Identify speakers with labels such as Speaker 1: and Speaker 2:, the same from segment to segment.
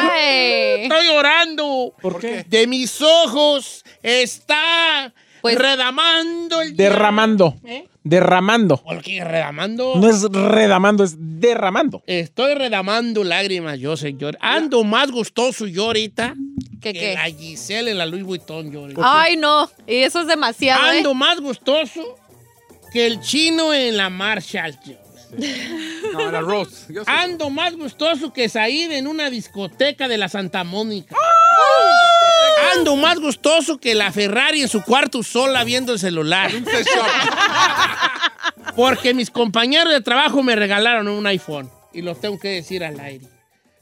Speaker 1: ¡Hombre!
Speaker 2: Estoy llorando.
Speaker 3: ¿Por qué?
Speaker 2: De mis ojos está
Speaker 1: Pues-
Speaker 2: redamando el
Speaker 3: Derramando.
Speaker 2: ¿Eh?
Speaker 3: Derramando.
Speaker 2: ¿Por qué redamando?
Speaker 3: No es redamando, es derramando.
Speaker 2: Estoy redamando lágrimas, yo, señor. Ando más gustoso yo ahorita
Speaker 1: ¿Qué,
Speaker 2: que
Speaker 1: qué?
Speaker 2: la Giselle en la Louis Vuitton, yo. ahorita.
Speaker 1: Ay, no. Y eso es demasiado, ¿eh?
Speaker 2: Ando más gustoso que el chino en la Marshall, yo.
Speaker 4: No, la Rose. Yo sé.
Speaker 2: Ando más gustoso que Said en una discoteca de la Santa Mónica. Ando más gustoso que la Ferrari en su cuarto sola viendo el celular.
Speaker 4: Un sex shop.
Speaker 2: Porque mis compañeros de trabajo me regalaron un iPhone. Y lo tengo que decir al aire.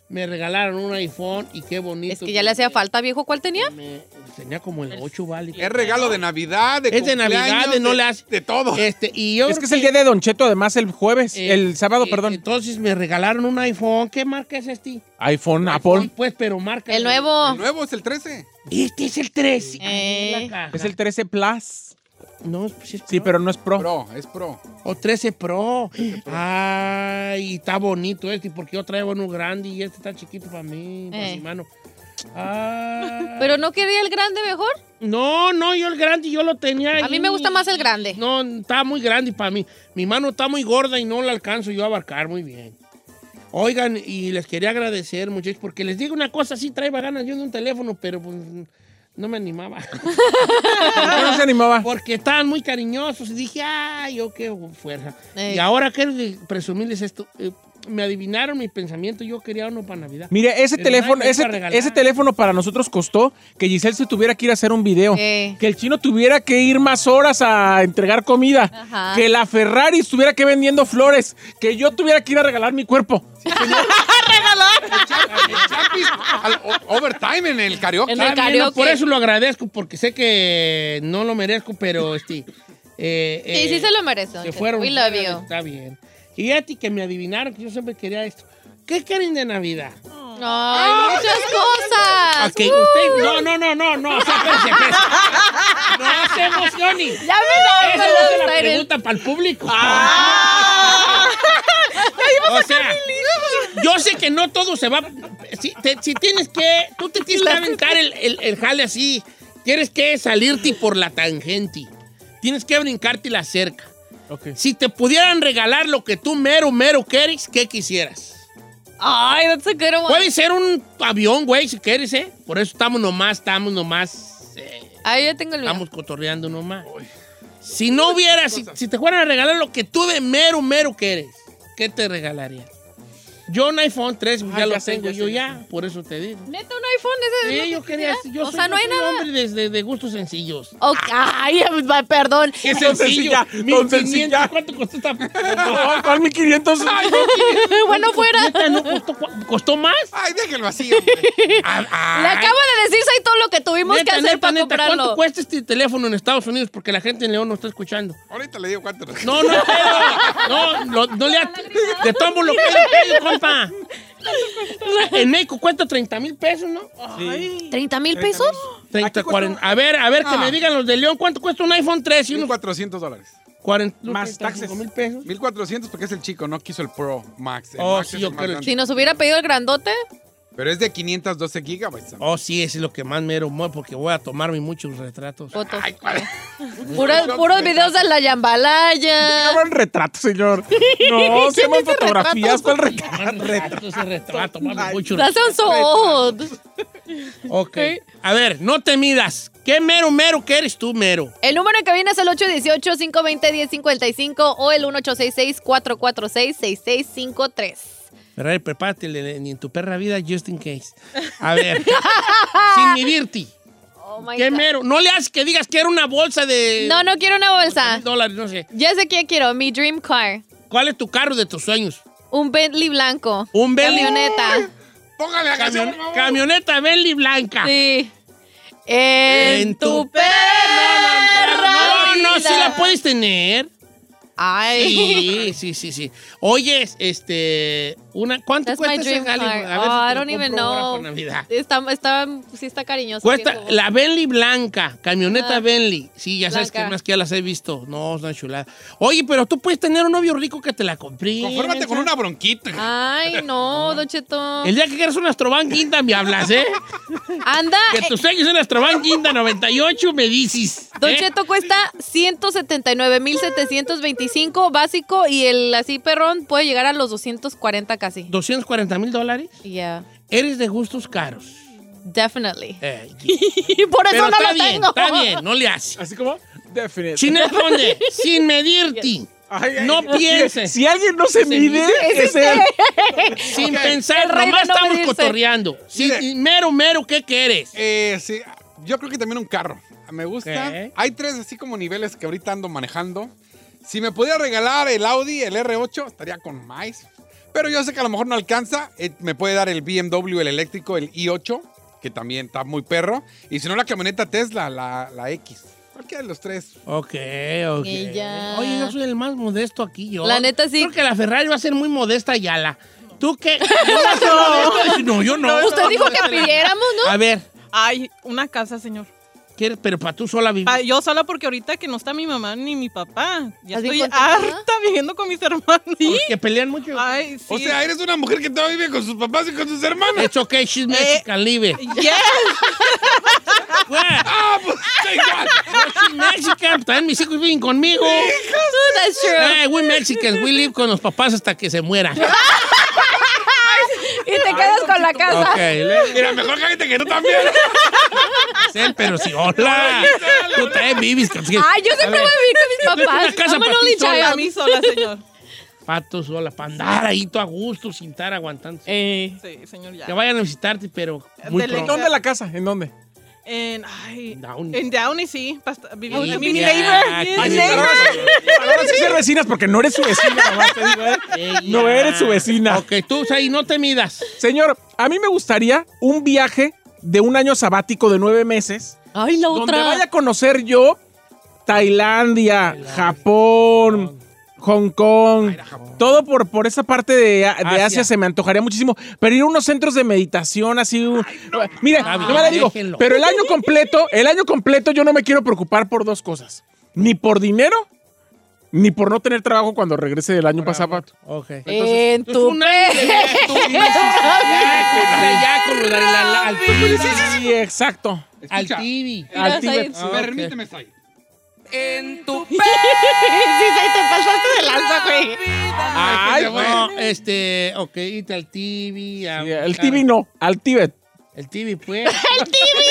Speaker 2: Me regalaron un iPhone y qué bonito.
Speaker 1: Es que ya le hacía falta, viejo. ¿Cuál tenía?
Speaker 2: Me- tenía como el 8, vale.
Speaker 4: Es regalo de Navidad, de
Speaker 2: Es de Navidad,
Speaker 4: cumpleaños,
Speaker 2: de no le hace-
Speaker 4: De todo.
Speaker 2: Este, y yo
Speaker 3: Es
Speaker 2: creo
Speaker 3: que es el
Speaker 2: que,
Speaker 3: día de Don Cheto, además el jueves,
Speaker 2: eh,
Speaker 3: el sábado,
Speaker 2: eh,
Speaker 3: perdón.
Speaker 2: Entonces me regalaron un iPhone. ¿Qué marca es este?
Speaker 3: iPhone,
Speaker 2: iPhone,
Speaker 3: Apple.
Speaker 2: Pues, pero marca.
Speaker 1: El nuevo.
Speaker 4: El nuevo es el 13.
Speaker 2: Este es el 3.
Speaker 1: Eh.
Speaker 3: Es el 13 Plus.
Speaker 2: No, pues es
Speaker 3: Sí,
Speaker 2: Pro.
Speaker 3: pero no es Pro.
Speaker 4: Pro, es pro.
Speaker 2: O 13 Pro. Ay, está bonito este, porque yo traigo uno grande y este está chiquito para mí, para
Speaker 1: Eh.
Speaker 2: mi mano. Ay.
Speaker 1: ¿Pero no quería el grande mejor?
Speaker 2: No, no, yo el grande yo lo tenía.
Speaker 1: A mí
Speaker 2: ahí.
Speaker 1: me gusta más el grande.
Speaker 2: No, está muy grande para mí. Mi mano está muy gorda y no la alcanzo yo a abarcar muy bien. Oigan, y les quería agradecer, muchachos, porque les digo una cosa, sí traía ganas yo de un teléfono, pero pues, no me animaba.
Speaker 3: ¿Por qué no se
Speaker 1: Ah.
Speaker 3: animaba?
Speaker 2: Porque estaban muy cariñosos y dije, ay, yo qué fuerza.
Speaker 1: Ey.
Speaker 2: Y ahora quiero de- presumirles esto. Eh, me adivinaron mi pensamiento, yo quería uno para Navidad.
Speaker 3: Mire, ese
Speaker 2: Pero
Speaker 3: teléfono,
Speaker 2: nadie me
Speaker 3: ese,
Speaker 2: iba a regalar.
Speaker 3: ese teléfono para nosotros costó que Giselle se tuviera que ir a hacer un video.
Speaker 1: Eh.
Speaker 3: Que el chino tuviera que ir más horas a entregar comida.
Speaker 1: Ajá.
Speaker 3: Que la Ferrari estuviera que vendiendo flores. Que yo tuviera que ir a regalar mi cuerpo.
Speaker 4: Chapis, al o- overtime en el karaoke.
Speaker 1: En el
Speaker 2: Está bien, no,
Speaker 1: karaoke.
Speaker 2: por eso lo agradezco, porque sé que no lo merezco, pero este. eh,
Speaker 1: Sí,
Speaker 2: eh,
Speaker 1: sí se lo merece. don
Speaker 2: Se
Speaker 1: Cheto.
Speaker 2: fueron.
Speaker 1: We love
Speaker 2: Está bien. Y a ti que me adivinaron que yo siempre quería esto. ¿Qué quieren de Navidad?
Speaker 1: you. Ay, muchas cosas.
Speaker 2: Ok, usted. No, no, no, no, no. o sea, espérese, espérese. No se emocione. Esa
Speaker 1: Ya me lo
Speaker 2: no es
Speaker 1: me lo-
Speaker 2: la pregunta para el público. o sea, yo sé que no todo se va. Si, te- si tienes que. Tú te tienes que aventar el, el- el jale así. Tienes que salirte por la tangente. Tienes que brincarte la cerca. Si te pudieran regalar lo que tú mero, mero quieres, ¿qué quisieras?
Speaker 1: Ay, that's a good one.
Speaker 2: Puede ser un avión, güey, si quieres, ¿eh? Por eso estamos nomás, estamos nomás. eh,
Speaker 1: Ahí ya tengo el mío.
Speaker 2: Estamos cotorreando nomás. Si no hubiera, si, si te fueran a regalar lo que tú de mero, mero que eres, ¿qué te regalarían? Yo un iPhone 3, pues,
Speaker 3: Ah,
Speaker 2: ya lo
Speaker 3: ya sé,
Speaker 2: tengo
Speaker 3: ya
Speaker 2: yo
Speaker 3: sé, ya
Speaker 2: ya, por eso te digo.
Speaker 1: Neta, un iPhone. Ese es
Speaker 2: Sí,
Speaker 1: lo
Speaker 2: yo
Speaker 1: que
Speaker 2: quería,
Speaker 1: quería.
Speaker 2: yo
Speaker 1: O
Speaker 2: soy,
Speaker 1: sea, no
Speaker 2: yo
Speaker 1: hay
Speaker 2: soy
Speaker 1: nada.
Speaker 2: hombre de, de- de gustos sencillos.
Speaker 1: Ok, Ay, pues, va, perdón.
Speaker 2: ¿Qué
Speaker 3: sencilla,
Speaker 2: Mil
Speaker 3: don sencilla.
Speaker 2: quinientos, ¿Cuánto costó esta?
Speaker 3: No, ¿cuál 1500?
Speaker 1: Bueno, fuera.
Speaker 2: Neta, ¿no costó, cua- ¿Costó más?
Speaker 4: Ay, déjelo así, hombre.
Speaker 2: Ah, ah,
Speaker 1: Le acabo de decir, soy todo lo que tuvimos
Speaker 2: neta,
Speaker 1: que hacer
Speaker 2: neta,
Speaker 1: para
Speaker 2: neta,
Speaker 1: comprarlo.
Speaker 2: ¿Cuánto cuesta este teléfono en Estados Unidos? Porque la gente en León no está escuchando.
Speaker 4: Ahorita le digo cuánto.
Speaker 2: No, no, pero, no, lo- no le ha- de tomo lo que le pido, compa. En México cuesta 30 mil pesos, ¿no?
Speaker 3: Ah,
Speaker 1: ¿30 mil pesos?
Speaker 2: 30, 40. A ver, a ver, que
Speaker 4: Ah.
Speaker 2: me digan los de León, ¿cuánto cuesta un iPhone 3 y unos
Speaker 4: 1400 dólares.
Speaker 2: 40,
Speaker 3: Más taxes.
Speaker 2: mil pesos?
Speaker 4: 1400 porque es el chico, no quiso el Pro Max. El
Speaker 2: Oh,
Speaker 4: Max
Speaker 2: sí,
Speaker 4: es
Speaker 2: yo
Speaker 4: el más
Speaker 2: creo el
Speaker 4: grande.
Speaker 1: Si nos hubiera pedido el grandote.
Speaker 4: Pero es de 512 gigabytes.
Speaker 2: Oh, sí, ese es lo que más me mueve porque voy a tomarme muchos retratos.
Speaker 1: Fotos.
Speaker 4: Ay, cuál-
Speaker 1: Puras- puros videos de la
Speaker 3: No
Speaker 1: Yambalaya.
Speaker 3: llaman retrato, señor. No, se llaman
Speaker 1: dice
Speaker 3: fotografías.
Speaker 1: retratos?
Speaker 3: ¿Cuál retrato?
Speaker 2: Retratos, retratos, tomarme muchos
Speaker 1: That's sounds so old.
Speaker 2: Ok. A ver, no te midas. ¿Qué mero, mero que eres tú, mero?
Speaker 1: El número que viene es el 818-520-1055 o el 1866-446-6653.
Speaker 2: Ferrari, prepárate, le- le- ni en tu perra vida, just in case. A ver, sin vivirte.
Speaker 1: Oh my
Speaker 2: Qué
Speaker 1: God.
Speaker 2: mero. No le haces que digas que era una bolsa de
Speaker 1: No, no quiero una bolsa.
Speaker 2: dólares, no sé.
Speaker 1: Ya sé qué quiero. Mi dream car.
Speaker 2: ¿Cuál es tu carro de tus sueños?
Speaker 1: Un Bentley blanco.
Speaker 2: Un Bentley.
Speaker 1: Camioneta.
Speaker 4: Póngale a canción,
Speaker 2: Camion-
Speaker 4: por favor.
Speaker 2: camioneta Bentley blanca.
Speaker 1: Sí. En,
Speaker 2: Ah. En
Speaker 1: tu
Speaker 2: tu
Speaker 1: perra.
Speaker 2: No, no,
Speaker 1: vida.
Speaker 2: sí la puedes tener.
Speaker 1: Ay.
Speaker 2: Sí, sí, sí, sí. Oye, este, una, ¿cuánto
Speaker 1: That's my
Speaker 2: cuesta ese
Speaker 1: dream
Speaker 2: jale?
Speaker 1: car.
Speaker 2: A ver si
Speaker 1: Oh,
Speaker 2: te
Speaker 1: I
Speaker 2: lo
Speaker 1: don't even
Speaker 2: compro ahora
Speaker 1: know.
Speaker 2: por Navidad.
Speaker 1: Está, está, sí está cariñoso.
Speaker 2: Cuesta
Speaker 1: viejo.
Speaker 2: la Bentley blanca, camioneta
Speaker 1: Ah.
Speaker 2: Bentley. Sí, ya sabes
Speaker 1: Blanca.
Speaker 2: que más que ya las he visto. No, es una chulada. Oye, pero tú puedes tener un novio rico que te la compré.
Speaker 4: Confórmate con una
Speaker 2: Ah,
Speaker 4: bronquita.
Speaker 1: Ay, no, Don Cheto.
Speaker 2: El día que quieras un Astroban Guinda me hablas, ¿eh?
Speaker 1: Anda, eh,
Speaker 2: que tú segues un Astroban Guinda 98 me dices.
Speaker 1: Don
Speaker 2: ¿eh?
Speaker 1: Cheto cuesta 179,725 básico y el así perrón puede llegar a los 240 casi.
Speaker 2: 240 mil dólares.
Speaker 1: Yeah,
Speaker 2: Eres de gustos caros.
Speaker 1: definitely.
Speaker 2: Eh,
Speaker 1: Y por eso
Speaker 2: pero
Speaker 1: no
Speaker 2: está
Speaker 1: lo
Speaker 2: bien,
Speaker 1: tengo.
Speaker 2: está bien, no le haces.
Speaker 3: Así como, definite.
Speaker 2: Sin esconder, sin medirte,
Speaker 3: Ay, ay,
Speaker 2: No
Speaker 3: ay.
Speaker 2: pienses.
Speaker 3: Si alguien no se mide, es este. él.
Speaker 2: sin
Speaker 4: Ok.
Speaker 2: pensar,
Speaker 1: El rey
Speaker 2: nomás
Speaker 1: de no
Speaker 2: estamos
Speaker 1: medirse.
Speaker 2: cotorreando. Sin,
Speaker 4: Mire.
Speaker 2: mero, mero, ¿qué quieres?
Speaker 4: Eh, sí, yo creo que también un carro. Me gusta.
Speaker 2: Ok.
Speaker 4: Hay tres así como niveles que ahorita ando manejando. Si me pudiera regalar el Audi, el R8, estaría con más. Pero yo sé que a lo mejor no alcanza. Eh, me puede dar el BMW, el eléctrico, el i8, que también está muy perro. Y si no, la camioneta Tesla, la, la X. Cualquiera de los tres.
Speaker 2: Ok, ok.
Speaker 1: Ella.
Speaker 2: Oye, yo soy el más modesto aquí, yo.
Speaker 1: La neta, sí.
Speaker 2: Creo que la Ferrari va a ser muy modesta, Yala. ¿Tú qué? ¿Yo voy a ser modesto? no, yo no.
Speaker 1: Usted dijo que pidiéramos, ¿no?
Speaker 2: A ver,
Speaker 5: Ay, una casa, señor.
Speaker 2: ¿quieres, pero para tú sola vivir.
Speaker 5: Pa- yo sola porque ahorita que no está mi mamá ni mi papá. Ya
Speaker 1: ¿Estás bien
Speaker 5: estoy
Speaker 1: contenta?
Speaker 5: harta viviendo con mis hermanos.
Speaker 2: Que pelean mucho.
Speaker 5: Ay, sí.
Speaker 4: O sea, eres una mujer que todavía vive con sus papás y con sus hermanos.
Speaker 2: It's okay, she's Mexican, leave it.
Speaker 5: Yes.
Speaker 2: Well,
Speaker 4: ¡Ah, pues da igual!
Speaker 2: she's Mexican, también mis hijos viven conmigo.
Speaker 1: That's true.
Speaker 2: Ay, we Mexicans, we live con los papás hasta que se mueran.
Speaker 1: Y te quedas con la casa.
Speaker 2: Ok, le-
Speaker 4: Mira, mejor cállate que tú también.
Speaker 2: Marcel, pero si hola. Tú también vives. con-
Speaker 1: Ay, yo siempre
Speaker 2: A
Speaker 1: voy
Speaker 2: ver,
Speaker 1: a vivir con
Speaker 2: Una
Speaker 1: mis papás.
Speaker 2: casa
Speaker 1: I'm
Speaker 2: para ti
Speaker 1: an only
Speaker 2: sola.
Speaker 1: child.
Speaker 5: A mí sola, señor.
Speaker 2: Pato sola, para andar ahí tú a gusto, sin estar aguantando.
Speaker 5: Sí, señor,
Speaker 2: Que
Speaker 5: ya.
Speaker 2: vayan a visitarte, pero muy
Speaker 5: Del
Speaker 2: pronto.
Speaker 3: ¿En
Speaker 5: engaño.
Speaker 3: dónde la casa? ¿En dónde?
Speaker 5: En, ay,
Speaker 2: Downey.
Speaker 5: en Downey, sí. Pasta- viviendo
Speaker 2: Ah, Sí,
Speaker 5: en mi
Speaker 2: ya,
Speaker 5: neighbor.
Speaker 2: qué
Speaker 5: Mi
Speaker 2: bien.
Speaker 5: neighbor.
Speaker 3: Ahora sí ser vecinas porque no eres su vecina, nomás te digo, ¿eh?
Speaker 2: Ella.
Speaker 3: No eres su vecina.
Speaker 2: Ok, tú, ahí no te midas.
Speaker 3: Señor, a mí me gustaría un viaje de un año sabático de nueve meses.
Speaker 1: Ay, la
Speaker 3: Donde vaya
Speaker 1: otra.
Speaker 3: a conocer yo Tailandia, Japón, Hong Kong, todo por, por esa parte de, de Asia.
Speaker 2: Asia.
Speaker 3: se me antojaría muchísimo. Pero ir a unos centros de meditación así. un- mira,
Speaker 2: Está
Speaker 3: no
Speaker 2: bien,
Speaker 3: me la digo,
Speaker 2: déjenlo.
Speaker 3: pero el año completo, el año completo yo no me quiero preocupar por dos cosas. Ni por dinero, ni por no tener trabajo cuando regrese del año pasado.
Speaker 2: Ok.
Speaker 1: En
Speaker 2: Tú
Speaker 1: tu
Speaker 2: pues, un año de viaje, tú un mes. Ya, ya, con lo de la- la- al tibi.
Speaker 3: Sí, exacto.
Speaker 2: Al
Speaker 4: Escucha,
Speaker 2: tibi.
Speaker 1: Mira,
Speaker 3: Al Tíbet.
Speaker 1: Said.
Speaker 2: Ah, ok.
Speaker 4: Permíteme, Sai.
Speaker 2: Ay,
Speaker 4: qué
Speaker 2: no, este, ok, irte al tibi. a-
Speaker 3: Sí, al Tíbet no, al Tíbet.
Speaker 2: El tibi, pues. ¡El tibi!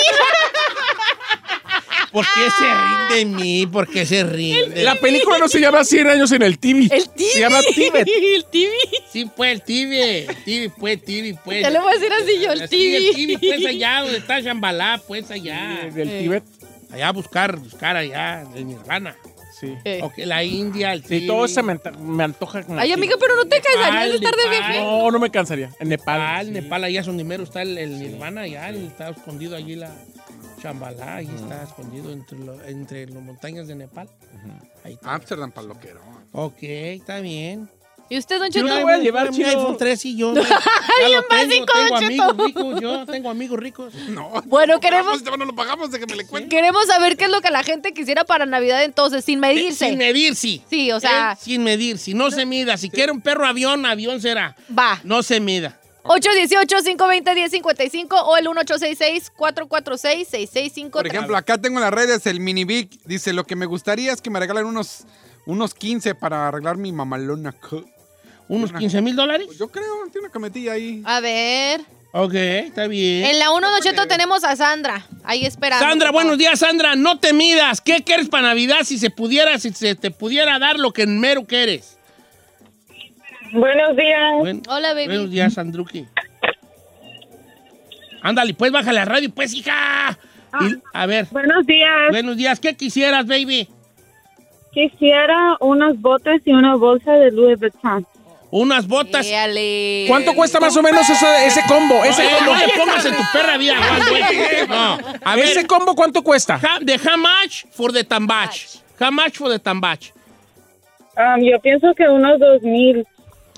Speaker 2: ¿Por qué se ríen de mí? ¿Por qué se ríen de
Speaker 3: La película no se llama 100 años en el Tíbet.
Speaker 1: El tibi.
Speaker 3: Se llama Tíbet.
Speaker 1: El tibi.
Speaker 2: Sí, pues, el tibi. El tibi, pues, el tibi, pues.
Speaker 1: Ya le voy a decir así yo, el
Speaker 2: Sí, El tibi, pues,
Speaker 1: tibi.
Speaker 2: allá donde está Shambhala, pues, allá.
Speaker 3: Del Tíbet.
Speaker 2: Allá a buscar, buscar allá, de Nirvana.
Speaker 3: Sí.
Speaker 1: Eh.
Speaker 2: Ok, la India, el
Speaker 3: Sí,
Speaker 2: tibi.
Speaker 3: todo eso me, anta- me antoja. con
Speaker 1: Ay,
Speaker 3: el
Speaker 1: amiga,
Speaker 3: Tíbet.
Speaker 1: pero no te cansarías de
Speaker 2: Nepal,
Speaker 1: estar de
Speaker 2: Nepal.
Speaker 1: viaje.
Speaker 3: No, no me cansaría. En Nepal.
Speaker 2: Nepal,
Speaker 3: sí.
Speaker 2: Ah, Nepal, allá sonimero está el, el Nirvana, allá el- está escondido allí la Shambhala, ahí está escondido entre, lo- entre las montañas de Nepal. Ahí está.
Speaker 4: Amsterdam para loquero.
Speaker 2: Ok, está bien.
Speaker 1: ¿Y usted, Don
Speaker 3: Yo
Speaker 1: Cheto?
Speaker 3: no voy a llevar
Speaker 2: mi
Speaker 3: chido.
Speaker 2: iPhone 3 y yo. ya lo tengo,
Speaker 1: básico,
Speaker 2: tengo
Speaker 1: Don
Speaker 2: amigos
Speaker 1: Cheto.
Speaker 2: ricos, yo tengo amigos ricos.
Speaker 4: No.
Speaker 1: Bueno,
Speaker 4: Pagamos,
Speaker 1: queremos,
Speaker 4: este, bueno, lo pagamos, déjeme le cuento.
Speaker 1: queremos saber qué es lo que la gente quisiera para Navidad entonces, sin medirse.
Speaker 2: Eh, Sin medir, ¿Eh? sí.
Speaker 1: Sí, o sea,
Speaker 2: Él Sin medir, si no se mida. Si quiere un perro avión, avión será.
Speaker 1: va.
Speaker 2: No se mida.
Speaker 1: 818-520-1055 o el 1866-446-6653.
Speaker 4: Por ejemplo, acá tengo en las redes el Mini Vic. Dice, lo que me gustaría es que me regalen unos, unos 15 para arreglar mi mamalona. cu-".
Speaker 1: Ah.
Speaker 2: ¿Unos 15 mil dólares?
Speaker 4: Pues yo creo, tiene una cametilla ahí.
Speaker 1: A ver.
Speaker 2: Ok, está bien.
Speaker 1: En la 1, Don Cheto, tenemos a Sandra. Ahí esperando.
Speaker 2: ¿Eh? Sandra,
Speaker 1: por favor.
Speaker 2: buenos días, Sandra. No te midas. ¿Qué quieres para Navidad si se pudiera, si se te pudiera dar lo que en mero quieres?
Speaker 6: Buenos días.
Speaker 2: Bueno,
Speaker 1: Hola, baby.
Speaker 2: Buenos días, Sandruki. Ándale, pues baja la radio, pues, hija. Y- a ver,
Speaker 6: Buenos días.
Speaker 2: buenos días. ¿Qué quisieras, baby?
Speaker 6: Quisiera unos botes y una bolsa de Louis Vuitton.
Speaker 2: Unas botas.
Speaker 1: Eh, Éale.
Speaker 3: ¿Cuánto cuesta más o menos eso- ese combo?
Speaker 2: No,
Speaker 3: Ese
Speaker 2: eh,
Speaker 3: combo.
Speaker 2: no le pongas en tu perra vida, Juan, güey. No. A ver,
Speaker 3: ¿Ese combo cuánto cuesta?
Speaker 2: ha- de how much for the tambach? How much for the tambach?
Speaker 6: Um, yo pienso que unos dos mil.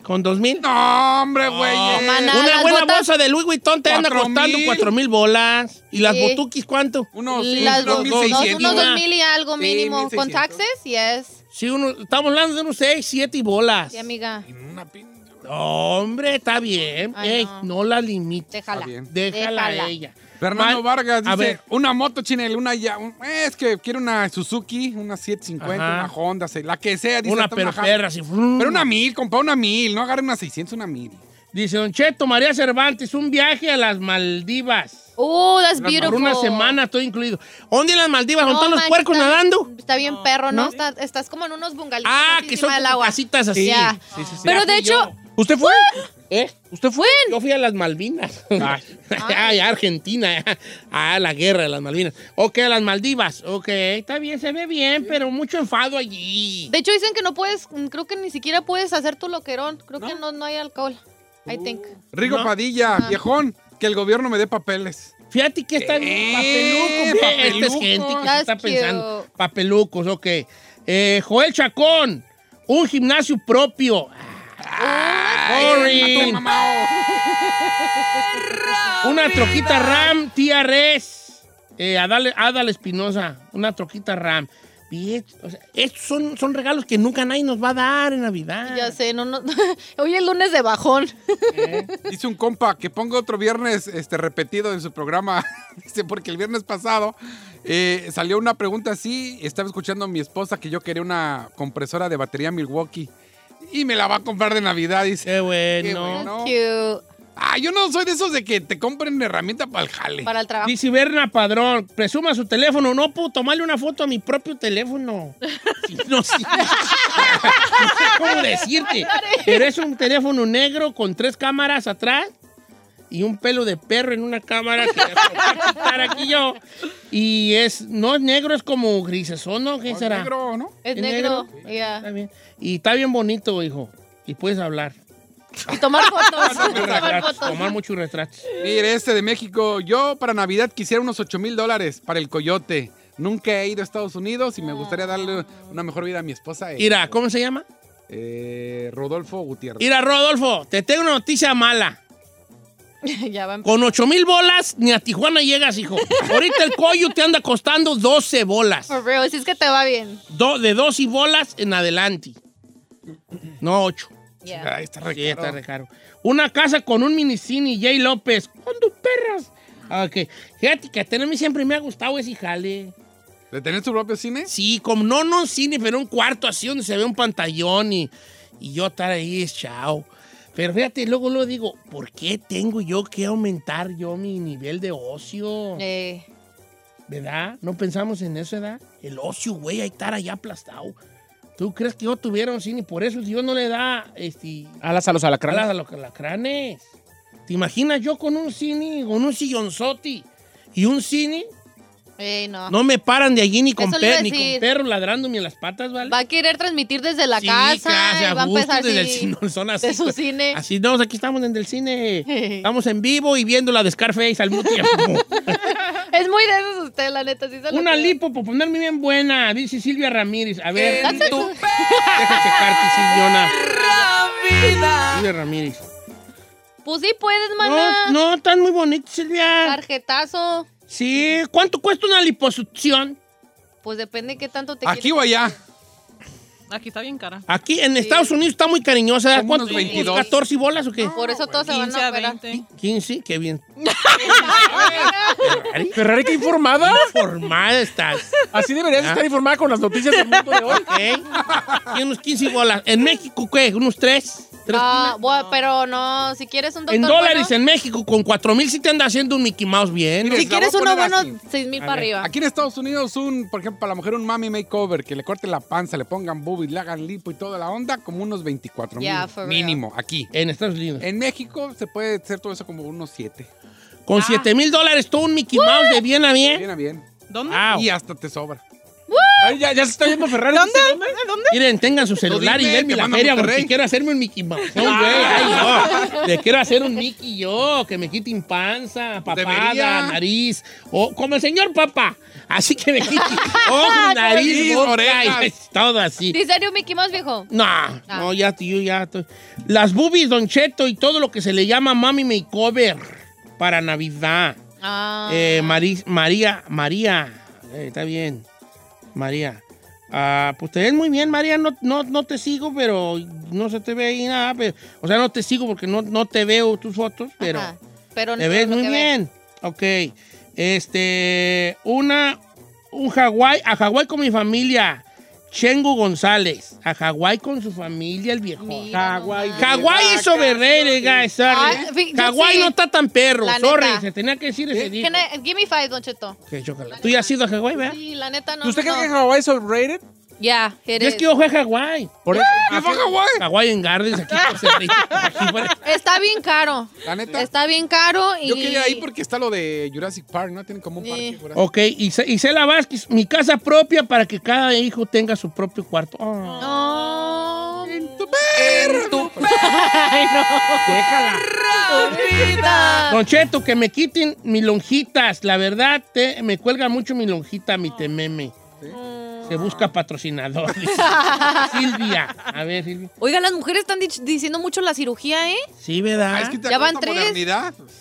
Speaker 2: ¿Con dos mil?
Speaker 4: No, hombre, güey. eh.
Speaker 1: maná. Ah,
Speaker 2: Una
Speaker 1: las
Speaker 2: buena
Speaker 1: botas-
Speaker 2: bolsa de Louis Vuitton te anda
Speaker 4: Cuatro
Speaker 2: costando
Speaker 4: mil.
Speaker 2: cuatro mil bolas. ¿Y las
Speaker 1: Sí.
Speaker 2: botuquis cuánto?
Speaker 4: Unos, sí,
Speaker 1: Las
Speaker 4: unos
Speaker 1: dos,
Speaker 2: dos,
Speaker 1: unos
Speaker 4: 1600.
Speaker 1: unos
Speaker 2: ¿verdad?
Speaker 1: dos mil y algo
Speaker 4: Sí,
Speaker 1: mínimo. ¿Con
Speaker 4: 1600.
Speaker 1: taxes? Yes.
Speaker 2: Sí, uno, estamos hablando de unos seis, siete y bolas.
Speaker 1: Sí, amiga.
Speaker 4: En una pin-
Speaker 2: Hombre, está bien.
Speaker 1: Ay,
Speaker 2: Ey,
Speaker 1: no.
Speaker 2: no. la limite.
Speaker 1: Déjala.
Speaker 4: bien.
Speaker 2: Déjala,
Speaker 1: Déjala.
Speaker 2: a ella.
Speaker 4: Fernando
Speaker 2: Mal-
Speaker 4: Vargas
Speaker 2: a
Speaker 4: dice,
Speaker 2: ver.
Speaker 4: una moto, Chinel, una ya, un- eh, es que quiero una Suzuki, una 750,
Speaker 2: Ajá.
Speaker 4: una Honda, se- la que sea. Dice,
Speaker 2: Una
Speaker 4: está
Speaker 2: pero
Speaker 4: bajando.
Speaker 2: perra, así. mm.
Speaker 4: Pero una mil, compa, una mil, no agarre una 600, una mil.
Speaker 2: Dice Don Cheto, María Cervantes, un viaje a las Maldivas.
Speaker 1: Oh, that's
Speaker 4: Por
Speaker 1: beautiful.
Speaker 2: Por una semana, todo incluido. ¿Dónde en las Maldivas? ¿Con
Speaker 1: No,
Speaker 2: todos los
Speaker 1: man,
Speaker 2: puercos
Speaker 1: está-
Speaker 2: nadando?
Speaker 1: Está bien perro, ¿no?
Speaker 2: ¿No?
Speaker 1: Está- estás como en unos bungalows
Speaker 2: Ah,
Speaker 1: así
Speaker 2: que
Speaker 1: encima
Speaker 2: son
Speaker 1: del agua.
Speaker 2: casitas así.
Speaker 1: Ya.
Speaker 2: Sí, sí, sí.
Speaker 1: Pero
Speaker 2: Ya
Speaker 1: de
Speaker 2: fui yo.
Speaker 1: hecho-
Speaker 3: ¿Usted fue?
Speaker 2: ¿Eh?
Speaker 3: ¿Usted fue?
Speaker 2: Yo fui a las Malvinas. Ay, Argentina. Ah, la guerra de las Malvinas. Ok, a las Maldivas. Ok, está bien, se ve bien, pero mucho enfado allí.
Speaker 1: De hecho, dicen que no puedes, mm, creo que ni siquiera puedes hacer tu loquerón. Creo que no, no hay alcohol. I think.
Speaker 4: Rigo
Speaker 2: No.
Speaker 4: Padilla,
Speaker 1: Ah.
Speaker 4: viejón, que el gobierno me dé papeles.
Speaker 2: Fíjate que está
Speaker 4: Eh,
Speaker 2: papeluco. ve, Esta es
Speaker 4: papeluco.
Speaker 2: gente que se
Speaker 1: That's
Speaker 2: está
Speaker 1: cute.
Speaker 2: pensando. Papelucos, ok. Eh, Joel Chacón, un gimnasio propio.
Speaker 4: Ay,
Speaker 2: Boring.
Speaker 4: mató, mamá.
Speaker 2: Una troquita RAM, tía Res. Eh, Adal, Adal Espinosa, una troquita RAM. Bien, o sea, estos son, son regalos que nunca nadie nos va a dar en Navidad.
Speaker 1: Ya sé, no, no. Hoy es lunes de bajón.
Speaker 4: Dice un compa que ponga otro viernes este, repetido en su programa. Dice, porque el viernes pasado eh, salió una pregunta así. Estaba escuchando a mi esposa que yo quería una compresora de batería Milwaukee. Y me la va a comprar de Navidad, dice.
Speaker 2: Qué bueno.
Speaker 4: Qué bueno. No.
Speaker 1: That's cute.
Speaker 4: Ah, yo no soy de esos de que te compren herramienta para el jale.
Speaker 1: Para el trabajo.
Speaker 2: Dice Berna Padrón, presuma su teléfono. No puedo tomarle una foto a mi propio teléfono. Sí, no, sí. No sé cómo decirte. Pero es un teléfono negro con tres cámaras atrás y un pelo de perro en una cámara que estar aquí yo. Y es, no es negro, es como grisesón, ¿no? ¿Qué
Speaker 4: O
Speaker 2: será?
Speaker 4: negro, ¿no?
Speaker 1: Es negro. ya.
Speaker 2: Está bien. Y está bien bonito, hijo. Y puedes hablar.
Speaker 1: Y tomar fotos. tomar
Speaker 2: Retratos,
Speaker 1: fotos.
Speaker 2: tomar muchos retratos.
Speaker 4: Mire, este de México. Yo para Navidad quisiera unos 8 mil dólares para el coyote. Nunca he ido a Estados Unidos y me gustaría darle una mejor vida a mi esposa. eh,
Speaker 2: Mira, ¿cómo se llama?
Speaker 4: eh, Rodolfo Gutiérrez.
Speaker 2: Mira, Rodolfo, te tengo una noticia mala.
Speaker 1: ya van.
Speaker 2: Con 8 mil bolas, ni a Tijuana llegas, hijo. Ahorita el coyo te anda costando 12 bolas.
Speaker 1: For real, si es que te va bien.
Speaker 2: Do- de 12 bolas en adelante. No 8.
Speaker 1: Ya.
Speaker 4: Ay, está re
Speaker 2: Sí, está
Speaker 4: caro.
Speaker 2: re caro. Una casa con un minicini, Jay López. Con tus perras. Ah, Ok. Fíjate que a mí siempre me ha gustado ese jale.
Speaker 4: ¿De tener tu propio cine?
Speaker 2: Sí, como no, no un cine, pero un cuarto así donde se ve un pantallón y, y yo estar ahí, es chao. Pero fíjate, luego lo digo, ¿por qué tengo yo que aumentar yo mi nivel de ocio?
Speaker 1: Eh,
Speaker 2: ¿Verdad? No pensamos en eso, ¿verdad? El ocio, güey, hay que estar allá aplastado. ¿Tú crees que yo tuviera un cine? Por eso Dios no le da este,
Speaker 3: Alas a los
Speaker 2: alas
Speaker 3: alacranes.
Speaker 2: a los alacranes. ¿Te imaginas yo con un cine, con un sillonzote y un cine?
Speaker 1: eh, no.
Speaker 2: No me paran de allí ni con,
Speaker 1: Eso le iba
Speaker 2: per-
Speaker 1: a
Speaker 2: ni con
Speaker 1: decir.
Speaker 2: perros ladrándome en las patas, ¿vale?
Speaker 1: Va a querer transmitir desde la
Speaker 2: Sí,
Speaker 1: casa.
Speaker 2: clase,
Speaker 1: y va a
Speaker 2: gusto,
Speaker 1: empezar
Speaker 2: desde
Speaker 1: sí,
Speaker 2: el cine, son así,
Speaker 1: de su
Speaker 2: pues.
Speaker 1: cine.
Speaker 2: Así no, aquí estamos en el cine. Estamos en vivo y viendo la de Scarface al mismo tiempo.
Speaker 1: Es muy de esos usted, la neta. Sí se lo
Speaker 2: Una
Speaker 1: creo.
Speaker 2: lipo por ponerme bien buena, dice Silvia Ramírez. A ver,
Speaker 1: En
Speaker 2: tú- deja checarte, Silviona. Silvia Ramírez.
Speaker 1: Pues sí puedes, maná.
Speaker 2: No, no, están muy bonitos, Silvia.
Speaker 1: Tarjetazo.
Speaker 2: Sí, ¿cuánto cuesta una liposucción?
Speaker 1: Pues depende qué tanto te
Speaker 4: ¿Aquí
Speaker 1: quieres.
Speaker 4: o allá?
Speaker 5: Aquí está bien cara.
Speaker 2: Aquí en Estados Unidos está muy cariñosa.
Speaker 4: Como
Speaker 2: ¿Cuánto?
Speaker 4: unos 22.
Speaker 2: 14 bolas o qué?
Speaker 1: Por eso todos se van
Speaker 5: 15
Speaker 1: a
Speaker 5: a
Speaker 1: operar.
Speaker 5: 20.
Speaker 2: 15, qué bien.
Speaker 3: Ferrari, qué informada.
Speaker 2: Formada estás.
Speaker 3: Así deberías
Speaker 4: Ah.
Speaker 3: estar informada con las noticias del mundo de hoy.
Speaker 2: Ok. Y unos 15 bolas. ¿En México qué? ¿Unos 3?
Speaker 1: Ah, bueno, pero no, si quieres un doctor
Speaker 2: en dólares
Speaker 1: bueno,
Speaker 2: en México, con 4 mil sí te anda haciendo un Mickey Mouse bien.
Speaker 4: Mire,
Speaker 1: si quieres
Speaker 4: La voy a
Speaker 1: uno
Speaker 4: poner
Speaker 1: bueno,
Speaker 4: así.
Speaker 1: seis mil
Speaker 2: A
Speaker 1: para
Speaker 2: ver,
Speaker 1: arriba.
Speaker 4: Aquí en Estados Unidos, un, por ejemplo, para la mujer un mami makeover, que le corten la panza, le pongan boobies, le hagan lipo y toda la onda, como unos 24 mil
Speaker 1: Yeah, for real.
Speaker 4: mínimo aquí.
Speaker 2: En Estados Unidos.
Speaker 4: En México se puede hacer todo eso como unos 7.
Speaker 2: Con
Speaker 1: ¿Eh?
Speaker 2: 7 mil dólares todo un Mickey Mouse de bien a bien.
Speaker 4: Bien a bien.
Speaker 5: ¿Dónde?
Speaker 2: Wow.
Speaker 4: Y hasta te sobra.
Speaker 3: Ay, ya, ya se está yendo Ferrari.
Speaker 5: ¿Dónde?
Speaker 3: ¿Dice
Speaker 5: ¿Dónde? ¿Dónde?
Speaker 2: Miren, tengan su celular
Speaker 4: dime,
Speaker 2: y denme
Speaker 4: te
Speaker 2: la
Speaker 4: mando a
Speaker 2: feria
Speaker 4: Monterrey.
Speaker 2: porque quiero hacerme un Mickey Mouse, güey.
Speaker 4: Ah.
Speaker 2: Ay, no. Le quiero hacer un Mickey yo, que me quiten panza, papada,
Speaker 4: Debería.
Speaker 2: nariz, o como el señor papá. Así que me quite ojo, nariz,
Speaker 4: Nariz,
Speaker 2: boca,
Speaker 4: orejas.
Speaker 2: y todo así.
Speaker 1: ¿Dice serio Mickey Mouse, viejo?
Speaker 2: No, no, ya, tío, ya. estoy- Las boobies, Don Cheto y todo lo que se le llama mami makeover para Navidad.
Speaker 1: Ah.
Speaker 2: Eh, Mari- María, María, Eh, está bien, María. Ah, pues te ves muy bien, María, no, no, no te sigo, pero no se te ve ahí nada. pero- o sea, no te sigo porque no, no te veo tus fotos, pero
Speaker 1: Ajá. Pero
Speaker 2: te ves
Speaker 1: todo lo
Speaker 2: muy
Speaker 1: que ve.
Speaker 2: bien. Ok, este, una, un Hawái, a Hawái con mi familia, Chengo González, a Hawái con su familia, el viejo.
Speaker 1: Mira
Speaker 3: Hawái.
Speaker 1: nomás.
Speaker 2: Hawái is overrated, guys, sorry. ¿eh?
Speaker 1: Ay, fi- yo
Speaker 2: Hawái
Speaker 1: sí.
Speaker 2: no está tan perro,
Speaker 1: La
Speaker 2: sorry,
Speaker 1: neta.
Speaker 2: se tenía que decir ese día.
Speaker 1: Can I- give me five, Don Cheto.
Speaker 2: Que chócala. Tú ya has ido a Hawái, ¿verdad?
Speaker 1: Sí, la neta no.
Speaker 3: ¿Usted
Speaker 1: no,
Speaker 3: cree que
Speaker 1: no.
Speaker 3: Hawái es overrated?
Speaker 1: Ya,
Speaker 2: Yo es que yo fui a Hawái.
Speaker 3: Por eso.
Speaker 4: ¿Qué faja, güey?
Speaker 2: Hawái en Gardens, aquí por Cerrito. Aquí por-
Speaker 1: Está bien caro.
Speaker 4: La neta.
Speaker 1: Está bien caro y...
Speaker 4: Yo quería ir porque está lo de Jurassic Park, ¿no? Tienen como un parque.
Speaker 1: Sí.
Speaker 4: Jurassic
Speaker 2: Ok, y Se- Isela Vázquez, mi casa propia para que cada hijo tenga su propio cuarto. Ah.
Speaker 1: No.
Speaker 3: Pues
Speaker 2: Don Cheto, que me quiten mis lonjitas. La verdad, te- me cuelga mucho mi lonjita, mi tememe. Se busca
Speaker 1: Ah.
Speaker 2: patrocinador. dice. Silvia. A ver, Silvia.
Speaker 1: Oiga, las mujeres están dich- diciendo mucho la cirugía, ¿eh?
Speaker 2: Sí,
Speaker 4: Ah,
Speaker 2: ¿verdad?
Speaker 4: es que te
Speaker 1: Ya van
Speaker 4: acuerdas
Speaker 1: tres.
Speaker 4: modernidad. Pues,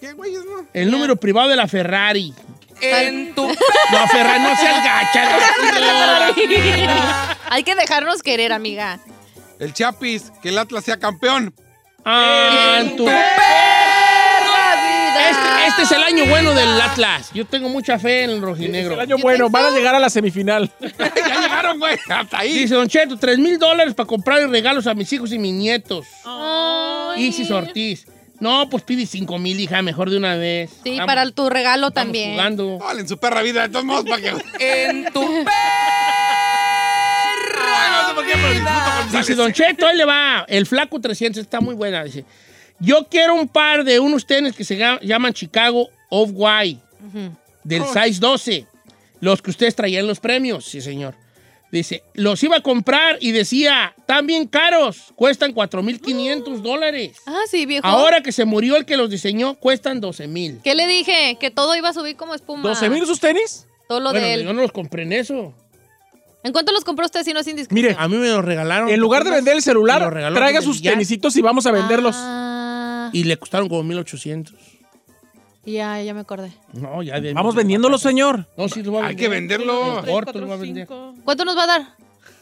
Speaker 4: ¿Qué güeyes, no?
Speaker 2: El número privado de la Ferrari.
Speaker 1: En
Speaker 2: tu... No, Ferrari, no seas gacha. no.
Speaker 1: Hay que dejarnos querer, amiga.
Speaker 4: El Chapis, que el Atlas sea campeón.
Speaker 2: Ah, en tu... Este, este es el año bueno del Atlas. Yo tengo mucha fe en el rojinegro.
Speaker 3: El año bueno, van a llegar a la semifinal.
Speaker 1: Ah.
Speaker 4: ya llegaron, güey. Hasta ahí.
Speaker 2: Dice Don Cheto, 3 mil dólares para comprarle regalos a mis hijos y mis nietos.
Speaker 1: Ay.
Speaker 2: Isis Ortiz. No, pues pide 5 mil, hija, mejor de una vez.
Speaker 1: Sí,
Speaker 2: Estamos-
Speaker 1: para tu regalo
Speaker 2: estamos
Speaker 1: también.
Speaker 2: jugando.
Speaker 4: Vale, en su perra vida, de todos modos, para que.
Speaker 7: En tu
Speaker 4: Ah, no sé por qué, pero disfruto con
Speaker 2: Dice
Speaker 4: González.
Speaker 2: Don Cheto, ahí le va. El Flaco 300 está muy buena. Dice, yo quiero un par de unos tenis que se ga- llaman Chicago Off-White del
Speaker 1: Oh.
Speaker 2: size 12. Los que ustedes traían los premios, sí señor. Dice, los iba a comprar y decía, están bien caros, cuestan 4.500 dólares.
Speaker 1: Ah, sí, viejo.
Speaker 2: Ahora que se murió el que los diseñó, cuestan 12.000.
Speaker 1: ¿Qué le dije? Que todo iba a subir como espuma.
Speaker 3: ¿12 mil sus tenis?
Speaker 1: Todo lo
Speaker 2: Bueno,
Speaker 1: de él.
Speaker 2: yo no los compré en eso.
Speaker 1: ¿En cuánto los compró usted si no es indiscreción?
Speaker 2: A
Speaker 3: Mire,
Speaker 4: Ah,
Speaker 2: mí me los regalaron.
Speaker 3: en lugar de vender el
Speaker 2: Me lo
Speaker 3: celular,
Speaker 2: regaló
Speaker 3: traiga
Speaker 2: alguien
Speaker 3: sus
Speaker 2: del billar.
Speaker 3: tenisitos y vamos a venderlos.
Speaker 1: Ah,
Speaker 2: Y le costaron como 1.800.
Speaker 1: ya, ya me acordé.
Speaker 2: No, ya de-
Speaker 3: Vamos vendiéndolos, señor.
Speaker 2: No, sí, los voy a
Speaker 4: Hay que
Speaker 2: vender.
Speaker 4: venderlo.
Speaker 5: Tres,
Speaker 2: Corto, lo va a
Speaker 5: cuatro,
Speaker 2: vender.
Speaker 5: cinco.
Speaker 1: ¿Cuánto nos va a dar?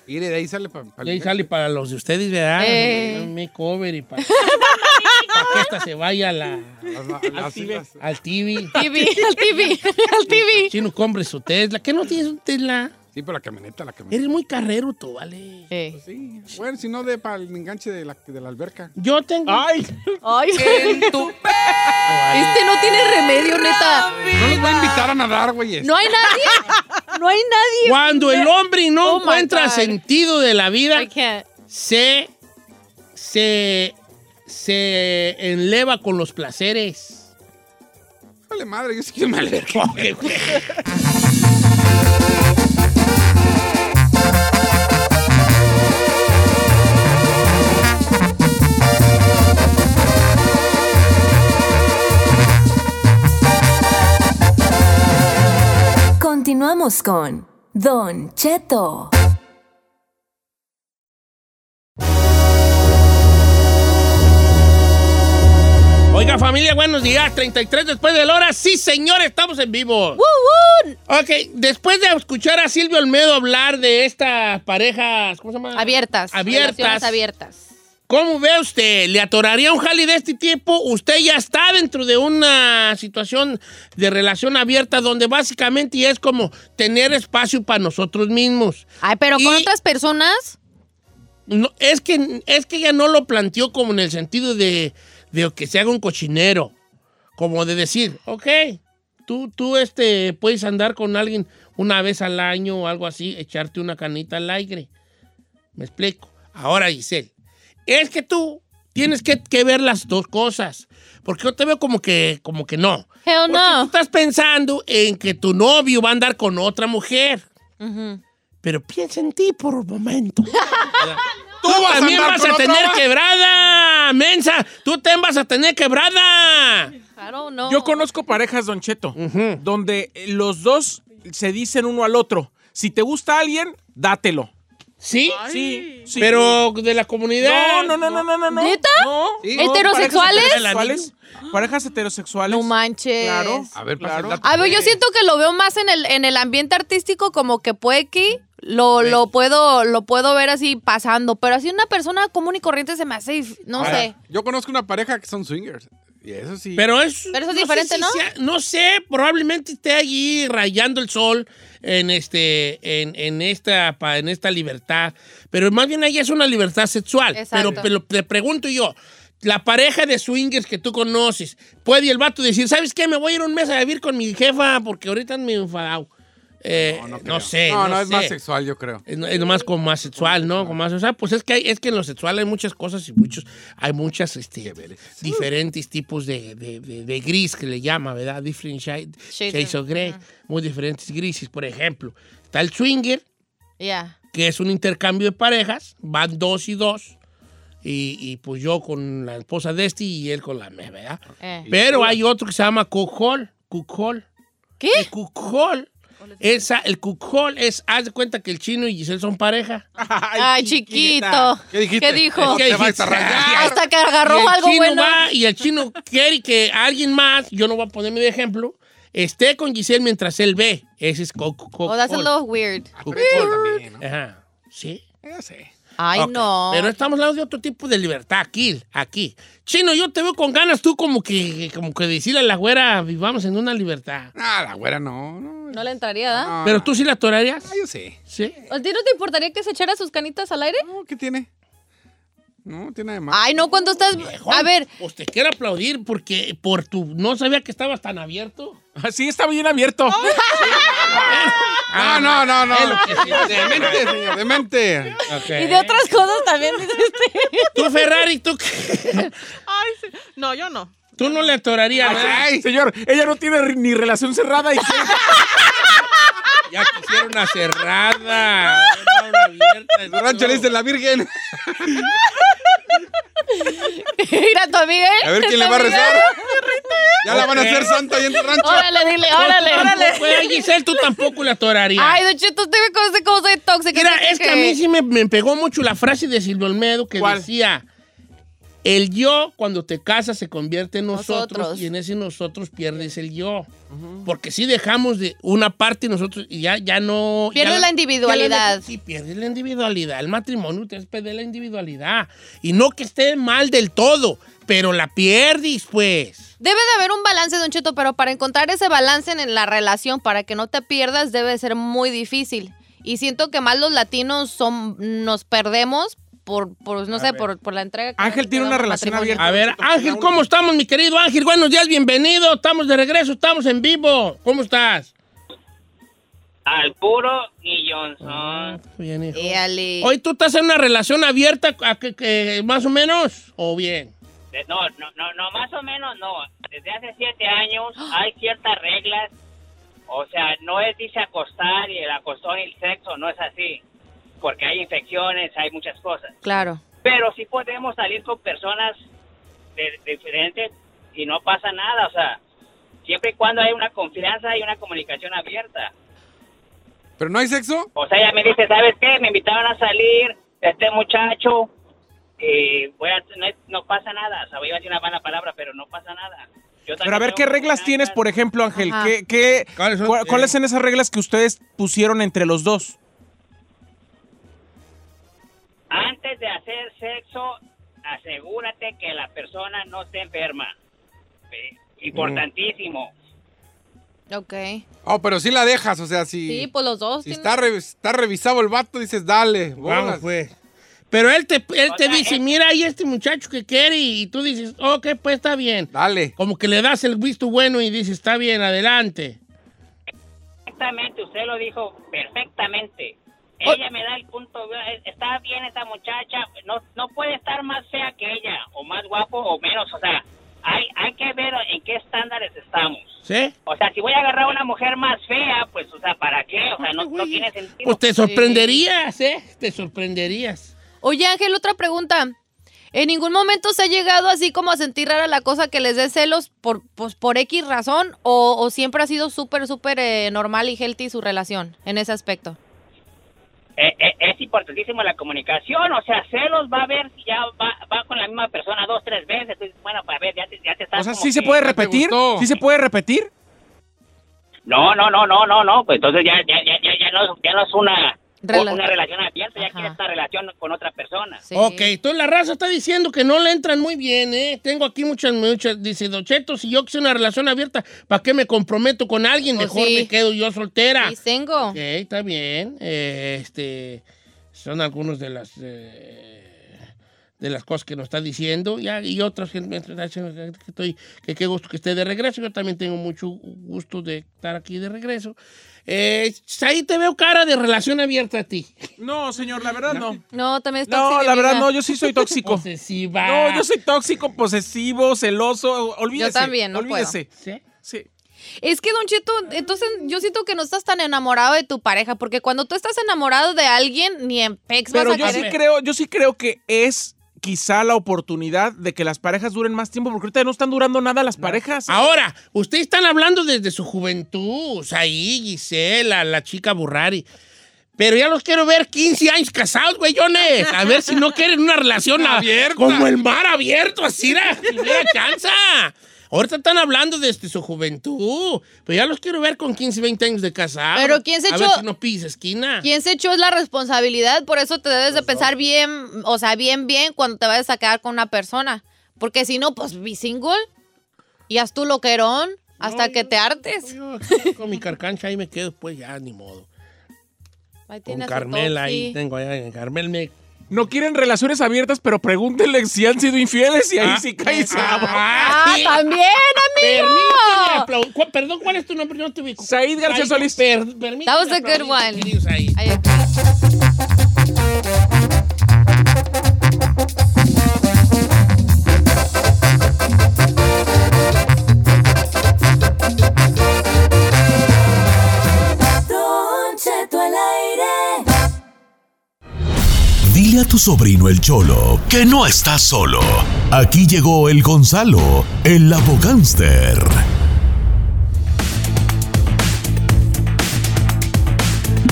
Speaker 4: Mire, de ahí sale para.
Speaker 2: Y ahí sale para los de ustedes, ¿verdad?
Speaker 1: Eh.
Speaker 2: Un makeover y para, para que esta se vaya a la, al TV.
Speaker 1: TV, al TV, al TV.
Speaker 2: Si no compres su Tesla. ¿Qué no tienes un Tesla?
Speaker 4: Sí, pero la camioneta, la camioneta.
Speaker 2: Eres muy carrero tú, vale.
Speaker 1: Eh.
Speaker 4: Sí. Bueno, si no, de para el enganche de la, de la alberca.
Speaker 2: Yo tengo...
Speaker 3: ¡Ay!
Speaker 1: Ay,
Speaker 7: En tu
Speaker 1: este no tiene remedio, neta.
Speaker 4: No los voy a invitar a nadar, güey.
Speaker 1: No hay nadie. No hay nadie.
Speaker 2: Cuando el hombre no
Speaker 1: Oh, my
Speaker 2: encuentra
Speaker 1: God.
Speaker 2: sentido de la vida,
Speaker 1: I can't.
Speaker 2: se, se, se enleva con los placeres.
Speaker 4: Vale, madre, yo sí quiero una alberca.
Speaker 8: Continuamos con Don Cheto.
Speaker 2: Oiga, familia, buenos días. 33 después de la hora. Sí, señor, estamos en vivo. Ok, después de escuchar a Silvio Olmedo hablar de estas parejas, ¿cómo se llama?
Speaker 1: Abiertas.
Speaker 2: Abiertas.
Speaker 1: Relaciones abiertas.
Speaker 2: ¿Cómo ve usted? ¿Le atoraría un jali de este tipo? Usted ya está dentro de una situación de relación abierta donde básicamente es como tener espacio para nosotros mismos.
Speaker 1: Ay, pero con
Speaker 2: Y-
Speaker 1: otras personas.
Speaker 2: No, es, que, es que ella no lo planteó como en el sentido de, de que se haga un cochinero. Como de decir, ok, tú, tú este, puedes andar con alguien una vez al año o algo así, echarte una canita al aire. Me explico. Ahora, Giselle, es que tú tienes que, que ver las dos cosas. Porque yo te veo como que, como que no.
Speaker 1: Hell
Speaker 2: Porque tú
Speaker 1: no.
Speaker 2: estás pensando en que tu novio va a andar con otra mujer. pero piensa en ti por un momento. Tú,
Speaker 4: vas a
Speaker 2: también
Speaker 4: andar
Speaker 2: vas
Speaker 4: con
Speaker 2: a
Speaker 4: otra
Speaker 2: tener
Speaker 4: va-
Speaker 2: quebrada, mensa. Tú también vas a tener quebrada.
Speaker 1: Claro, no.
Speaker 3: Yo conozco parejas, Don Cheto, donde eh, los dos se dicen uno al otro. Si te gusta alguien, dátelo.
Speaker 2: ¿Sí?
Speaker 3: Sí, sí.
Speaker 2: Pero de la comunidad.
Speaker 4: ¿eh?
Speaker 3: No, no, no, no, no, no. no.
Speaker 1: ¿Neta?
Speaker 3: No.
Speaker 4: Sí.
Speaker 3: No,
Speaker 1: ¿Heterosexuales?
Speaker 3: parejas heterosexuales. Parejas heterosexuales.
Speaker 1: No manches.
Speaker 3: Claro.
Speaker 4: A ver, pasa el
Speaker 3: Claro.
Speaker 4: dato.
Speaker 1: A ver, yo siento que lo veo más en el, en el ambiente artístico, como que puede que lo, lo puedo, lo puedo ver así pasando. Pero así una persona común y corriente se me hace, dif- no
Speaker 4: Ahora,
Speaker 1: sé.
Speaker 4: Yo conozco una pareja que son swingers. Y eso sí.
Speaker 2: Pero es.
Speaker 1: Pero eso es
Speaker 2: sé
Speaker 1: diferente,
Speaker 2: si
Speaker 1: ¿no?
Speaker 2: sea- no sé, probablemente esté allí rayando el sol en este, en, en esta, pa- en esta libertad. Pero más bien ahí es una libertad sexual.
Speaker 1: Exacto.
Speaker 2: Pero, pero te pregunto yo. La pareja de swingers que tú conoces, puede el vato decir, ¿sabes qué? Me voy a ir un mes a vivir con mi jefa porque ahorita me he enfadado. Eh, no,
Speaker 4: creo.
Speaker 2: sé.
Speaker 4: No, no, es
Speaker 2: sé.
Speaker 4: más sexual, yo creo.
Speaker 2: Es, es nomás como más sexual, ¿no? Como más, o sea, pues es que, hay- es que en lo sexual hay muchas cosas y muchos, hay muchas este, diferentes tipos de, de- de- de gris que le llama, ¿verdad? Different shade-
Speaker 1: Shades
Speaker 2: shades
Speaker 1: of-
Speaker 2: of gray, muy diferentes grises. Por ejemplo, está el swinger,
Speaker 1: Ya.
Speaker 2: que es un intercambio de parejas, van dos y dos, y, y, pues yo con la esposa de este y él con la mía, ¿verdad?
Speaker 1: eh.
Speaker 2: Pero hay otro que se llama cook hall, cook hall.
Speaker 1: ¿Qué?
Speaker 2: El cook hall, esa, el cook hall es, haz de cuenta que el chino y Giselle son pareja.
Speaker 1: Ay,
Speaker 3: chiquita.
Speaker 1: chiquito.
Speaker 4: ¿Qué dijiste?
Speaker 1: dijo?
Speaker 2: ¿Qué
Speaker 4: Te vas
Speaker 2: dijiste?
Speaker 4: a rayar.
Speaker 1: Ah, Hasta que
Speaker 2: y
Speaker 1: agarró
Speaker 2: el
Speaker 1: algo
Speaker 2: chino
Speaker 1: bueno.
Speaker 2: va y el chino quiere que alguien más, yo no voy a ponerme de ejemplo, esté con Giselle mientras él ve. Ese es Coco.
Speaker 1: Oh, that's a little weird.
Speaker 4: También, ¿no?
Speaker 2: Ajá. Sí.
Speaker 3: Ah,
Speaker 4: Ya sé.
Speaker 1: Ay,
Speaker 2: Ok.
Speaker 1: no.
Speaker 2: Pero estamos hablando de otro tipo de libertad aquí, aquí. Chino, yo te veo con ganas tú como que, como que decirle a la güera, vivamos en una libertad.
Speaker 4: Ah, la güera no. no.
Speaker 1: No le entraría, ¿da?
Speaker 4: Ah,
Speaker 2: Pero tú sí la torearías.
Speaker 4: ah, yo sé.
Speaker 2: Sí.
Speaker 1: ¿A ti no te importaría que se echara sus canitas al aire?
Speaker 4: No, ¿Qué tiene? No, tiene además.
Speaker 1: Ay, no, cuando estás... A ver,
Speaker 2: Pues te quiero aplaudir porque por tu. No sabía que estabas tan abierto.
Speaker 3: Sí, está bien abierto.
Speaker 4: Ah, no, no, no.
Speaker 2: Es lo que sí.
Speaker 4: Demente, señor, demente.
Speaker 1: y
Speaker 4: Eh.
Speaker 1: de otras cosas también dijiste.
Speaker 2: Tú, Ferrari, tú, qué?
Speaker 5: Ay, sí. No, yo no.
Speaker 2: tú no le atorarías. ¿verdad?
Speaker 3: Ay, señor, ella no tiene re- ni relación cerrada y quiere-
Speaker 2: Ya quisiera una cerrada. no una abierta.
Speaker 4: El rancho le dice la Virgen.
Speaker 1: Mira tu amiga, ¿eh?
Speaker 4: A ver quién le va a rezar. Ya la van a hacer santa ahí en el rancho.
Speaker 1: Órale, dile,
Speaker 2: Tú
Speaker 1: órale,
Speaker 2: tampoco,
Speaker 1: órale.
Speaker 2: eh, Giselle, tú tampoco le atorarías.
Speaker 1: Ay, Don Cheto, usted me conoce como soy tóxica.
Speaker 2: Mira,
Speaker 1: Yo sé
Speaker 2: es que a mí sí me, me pegó mucho la frase de Silvio Olmedo que
Speaker 3: ¿Cuál?
Speaker 2: decía: El yo, cuando te casas, se convierte en nosotros,
Speaker 1: Nosotros.
Speaker 2: y en ese nosotros pierdes el yo. Porque si dejamos de una parte nosotros y ya, ya no.
Speaker 1: Pierdes
Speaker 2: ya
Speaker 1: la individualidad.
Speaker 2: ya la- sí, pierdes la individualidad. El matrimonio te hace perder la individualidad. Y no que esté mal del todo, pero la pierdes, pues.
Speaker 1: Debe de haber un balance, Don Cheto, pero para encontrar ese balance en la relación, para que no te pierdas, debe de ser muy difícil. Y siento que más los latinos son, nos perdemos por, por no sé, por, por la entrega. que
Speaker 3: Ángel tiene
Speaker 1: le
Speaker 3: una
Speaker 1: damos
Speaker 3: relación
Speaker 1: al matrimonio.
Speaker 3: abierta.
Speaker 2: A ver, Ángel, ¿cómo estamos, mi querido Ángel? Buenos días, bienvenido. Estamos de regreso, estamos en vivo. ¿Cómo estás?
Speaker 9: Al puro y
Speaker 2: Ah.
Speaker 9: Johnson.
Speaker 2: Bien, hijo.
Speaker 1: Éale.
Speaker 2: Hoy tú estás en una relación abierta, a que- que más o menos, o bien.
Speaker 9: De- No, no, no, no, más o menos no. Desde hace siete años hay ciertas reglas. O sea, no es dice acostar y el acostón y el sexo, no es así. Porque hay infecciones, hay muchas cosas.
Speaker 1: Claro.
Speaker 9: Pero sí podemos salir con personas de, de diferentes y no pasa nada. O sea, siempre y cuando hay una confianza y una comunicación abierta.
Speaker 4: Pero no hay sexo.
Speaker 9: O sea, Pues ella me dice, ¿sabes qué? Me invitaron a salir, este muchacho, eh, voy a, no, es- no pasa nada. O sea, iba a decir una mala palabra, pero no pasa nada.
Speaker 3: Pero
Speaker 9: Yo
Speaker 3: a
Speaker 9: también
Speaker 3: ver,
Speaker 9: tengo
Speaker 3: ¿qué reglas
Speaker 9: confianza.
Speaker 3: tienes, por ejemplo, Ángel?
Speaker 1: Ajá.
Speaker 3: ¿Qué, qué,
Speaker 2: ¿Cuáles son?
Speaker 4: Eh.
Speaker 3: cua- ¿Cuáles son esas reglas que ustedes pusieron entre los dos?
Speaker 9: Antes de hacer sexo, asegúrate que la persona no esté enferma. Eh,
Speaker 3: Mm.
Speaker 9: Importantísimo.
Speaker 1: Ok.
Speaker 4: Oh, pero sí la dejas, o sea,
Speaker 1: Sí,
Speaker 4: si,
Speaker 1: pues los dos.
Speaker 4: si
Speaker 1: tienen-
Speaker 4: está, re- está revisado el vato, dices, dale,
Speaker 2: Vamos,
Speaker 4: bolas.
Speaker 2: pues. Pero él te, él
Speaker 9: O
Speaker 2: te
Speaker 9: sea, eh,
Speaker 2: dice,
Speaker 9: es-
Speaker 2: mira, hay este muchacho que quiere, y tú dices, ok, pues está bien.
Speaker 4: Dale.
Speaker 2: Como que le das el visto bueno y dices, está bien, adelante.
Speaker 9: Exactamente, usted lo dijo perfectamente.
Speaker 3: Oh.
Speaker 9: Ella me da el punto, eh, está bien esta muchacha, no, no puede estar más fea que ella, o más guapo o menos, o sea, hay, hay que ver en qué estándares estamos.
Speaker 2: ¿Sí?
Speaker 9: O sea, si voy a agarrar a una mujer más fea, pues, o sea, ¿para qué? O sea, no, no
Speaker 7: no tiene sentido.
Speaker 2: Pues te sorprenderías, ¿eh? Te sorprenderías.
Speaker 1: Oye, Ángel, otra pregunta. ¿En ningún momento se ha llegado así como a sentir rara la cosa que les dé celos por, pues, por X razón? ¿O, o siempre ha sido súper, súper eh, normal y healthy su relación en ese aspecto?
Speaker 7: Eh, eh, es importantísimo la comunicación, o sea, celos va a ver si ya va, va con la misma persona dos, tres veces.
Speaker 9: pues,
Speaker 7: Entonces, bueno, para ver, ya te, ya te estás.
Speaker 3: O sea,
Speaker 7: como
Speaker 3: ¿sí se
Speaker 7: que-
Speaker 3: puede
Speaker 4: Ah, te
Speaker 3: repetir?
Speaker 4: gustó.
Speaker 3: ¿Sí se puede repetir?
Speaker 7: No, no, no, no, no, no, pues entonces ya, ya, ya, ya, ya no, es- ya no es una,
Speaker 1: Rela-
Speaker 7: una relación abierta, ya
Speaker 1: Ajá.
Speaker 7: quiere esta relación con otra persona.
Speaker 1: Sí.
Speaker 2: Ok, entonces la raza está diciendo que no le entran muy bien, ¿eh? Tengo aquí muchas, muchas. Dice, Docheto, si yo quisiera una relación abierta, ¿para qué me comprometo con alguien?
Speaker 1: Pues
Speaker 2: Mejor
Speaker 1: sí.
Speaker 2: me quedo yo soltera.
Speaker 1: Y tengo.
Speaker 2: Ok, está bien. Eh, este, son algunos de las eh, de las cosas que nos está diciendo ya, y otras que, me está diciendo que estoy que qué gusto que esté de regreso. Yo también tengo mucho gusto de estar aquí de regreso. Eh, ahí te veo cara de relación abierta a ti.
Speaker 3: No, señor, la verdad no.
Speaker 1: No, también está
Speaker 3: No, la verdad no, yo Pues sí Ah. soy tóxico.
Speaker 2: Posesiva.
Speaker 3: No, yo soy tóxico, posesivo, celoso. Olvídese.
Speaker 1: Yo también, no
Speaker 3: olvídese.
Speaker 2: ¿Sí?
Speaker 3: Sí.
Speaker 1: Es que, Don Cheto, entonces yo siento que no estás tan enamorado de tu pareja, porque cuando tú estás enamorado de alguien, ni en pex
Speaker 3: Pero
Speaker 1: vas
Speaker 3: yo
Speaker 1: a
Speaker 3: sí
Speaker 1: querer.
Speaker 3: creo, yo sí creo que es quizá la oportunidad de que las parejas duren más tiempo, porque ahorita no Ah. están durando nada las parejas.
Speaker 2: Ahora, ustedes están hablando desde su juventud, ahí, Gisela, la chica Burrari. Pero ya los quiero ver 15 años casados, güeyones. A ver si no quieren una relación a-
Speaker 4: Abierta.
Speaker 2: Como el mar abierto, así era, si hubiera chance. Ahorita están hablando desde su juventud. Pero ya los quiero ver con 15, 20 años de casados.
Speaker 1: Pero ¿quién se
Speaker 2: A
Speaker 1: echó-
Speaker 2: ver si no pisa esquina.
Speaker 1: Quien se echó es la responsabilidad, por eso te debes
Speaker 2: Pues
Speaker 1: de pensar bien, o sea, bien, bien cuando te vayas a quedar con una persona. Porque si no, pues be single y haz tu loquerón hasta
Speaker 2: No,
Speaker 1: que
Speaker 2: yo-
Speaker 1: te hartes.
Speaker 2: Yo aquí con mi carcancha ahí me quedo, pues ya, ni modo.
Speaker 1: Ahí
Speaker 2: Con
Speaker 1: tienes a
Speaker 2: Carmela ahí,
Speaker 1: Totsi.
Speaker 2: tengo ahí, Carmel me
Speaker 3: No quieren relaciones abiertas, pero pregúntenle si han sido infieles y ahí
Speaker 2: Ah,
Speaker 3: sí cae.
Speaker 1: Ah,
Speaker 2: sí.
Speaker 1: también, amigo.
Speaker 2: Permíteme aplaudir. Cu- Perdón, ¿cuál es tu nombre? No te ubico.
Speaker 3: Said García Solís.
Speaker 2: per- permíteme
Speaker 1: That was a good
Speaker 2: aplaudir,
Speaker 1: one.
Speaker 2: querido Said.
Speaker 1: Ahí está.
Speaker 8: Don Cheto al aire.
Speaker 10: Dile a tu sobrino el Cholo que no está solo. Aquí llegó el Gonzalo, el abogánster.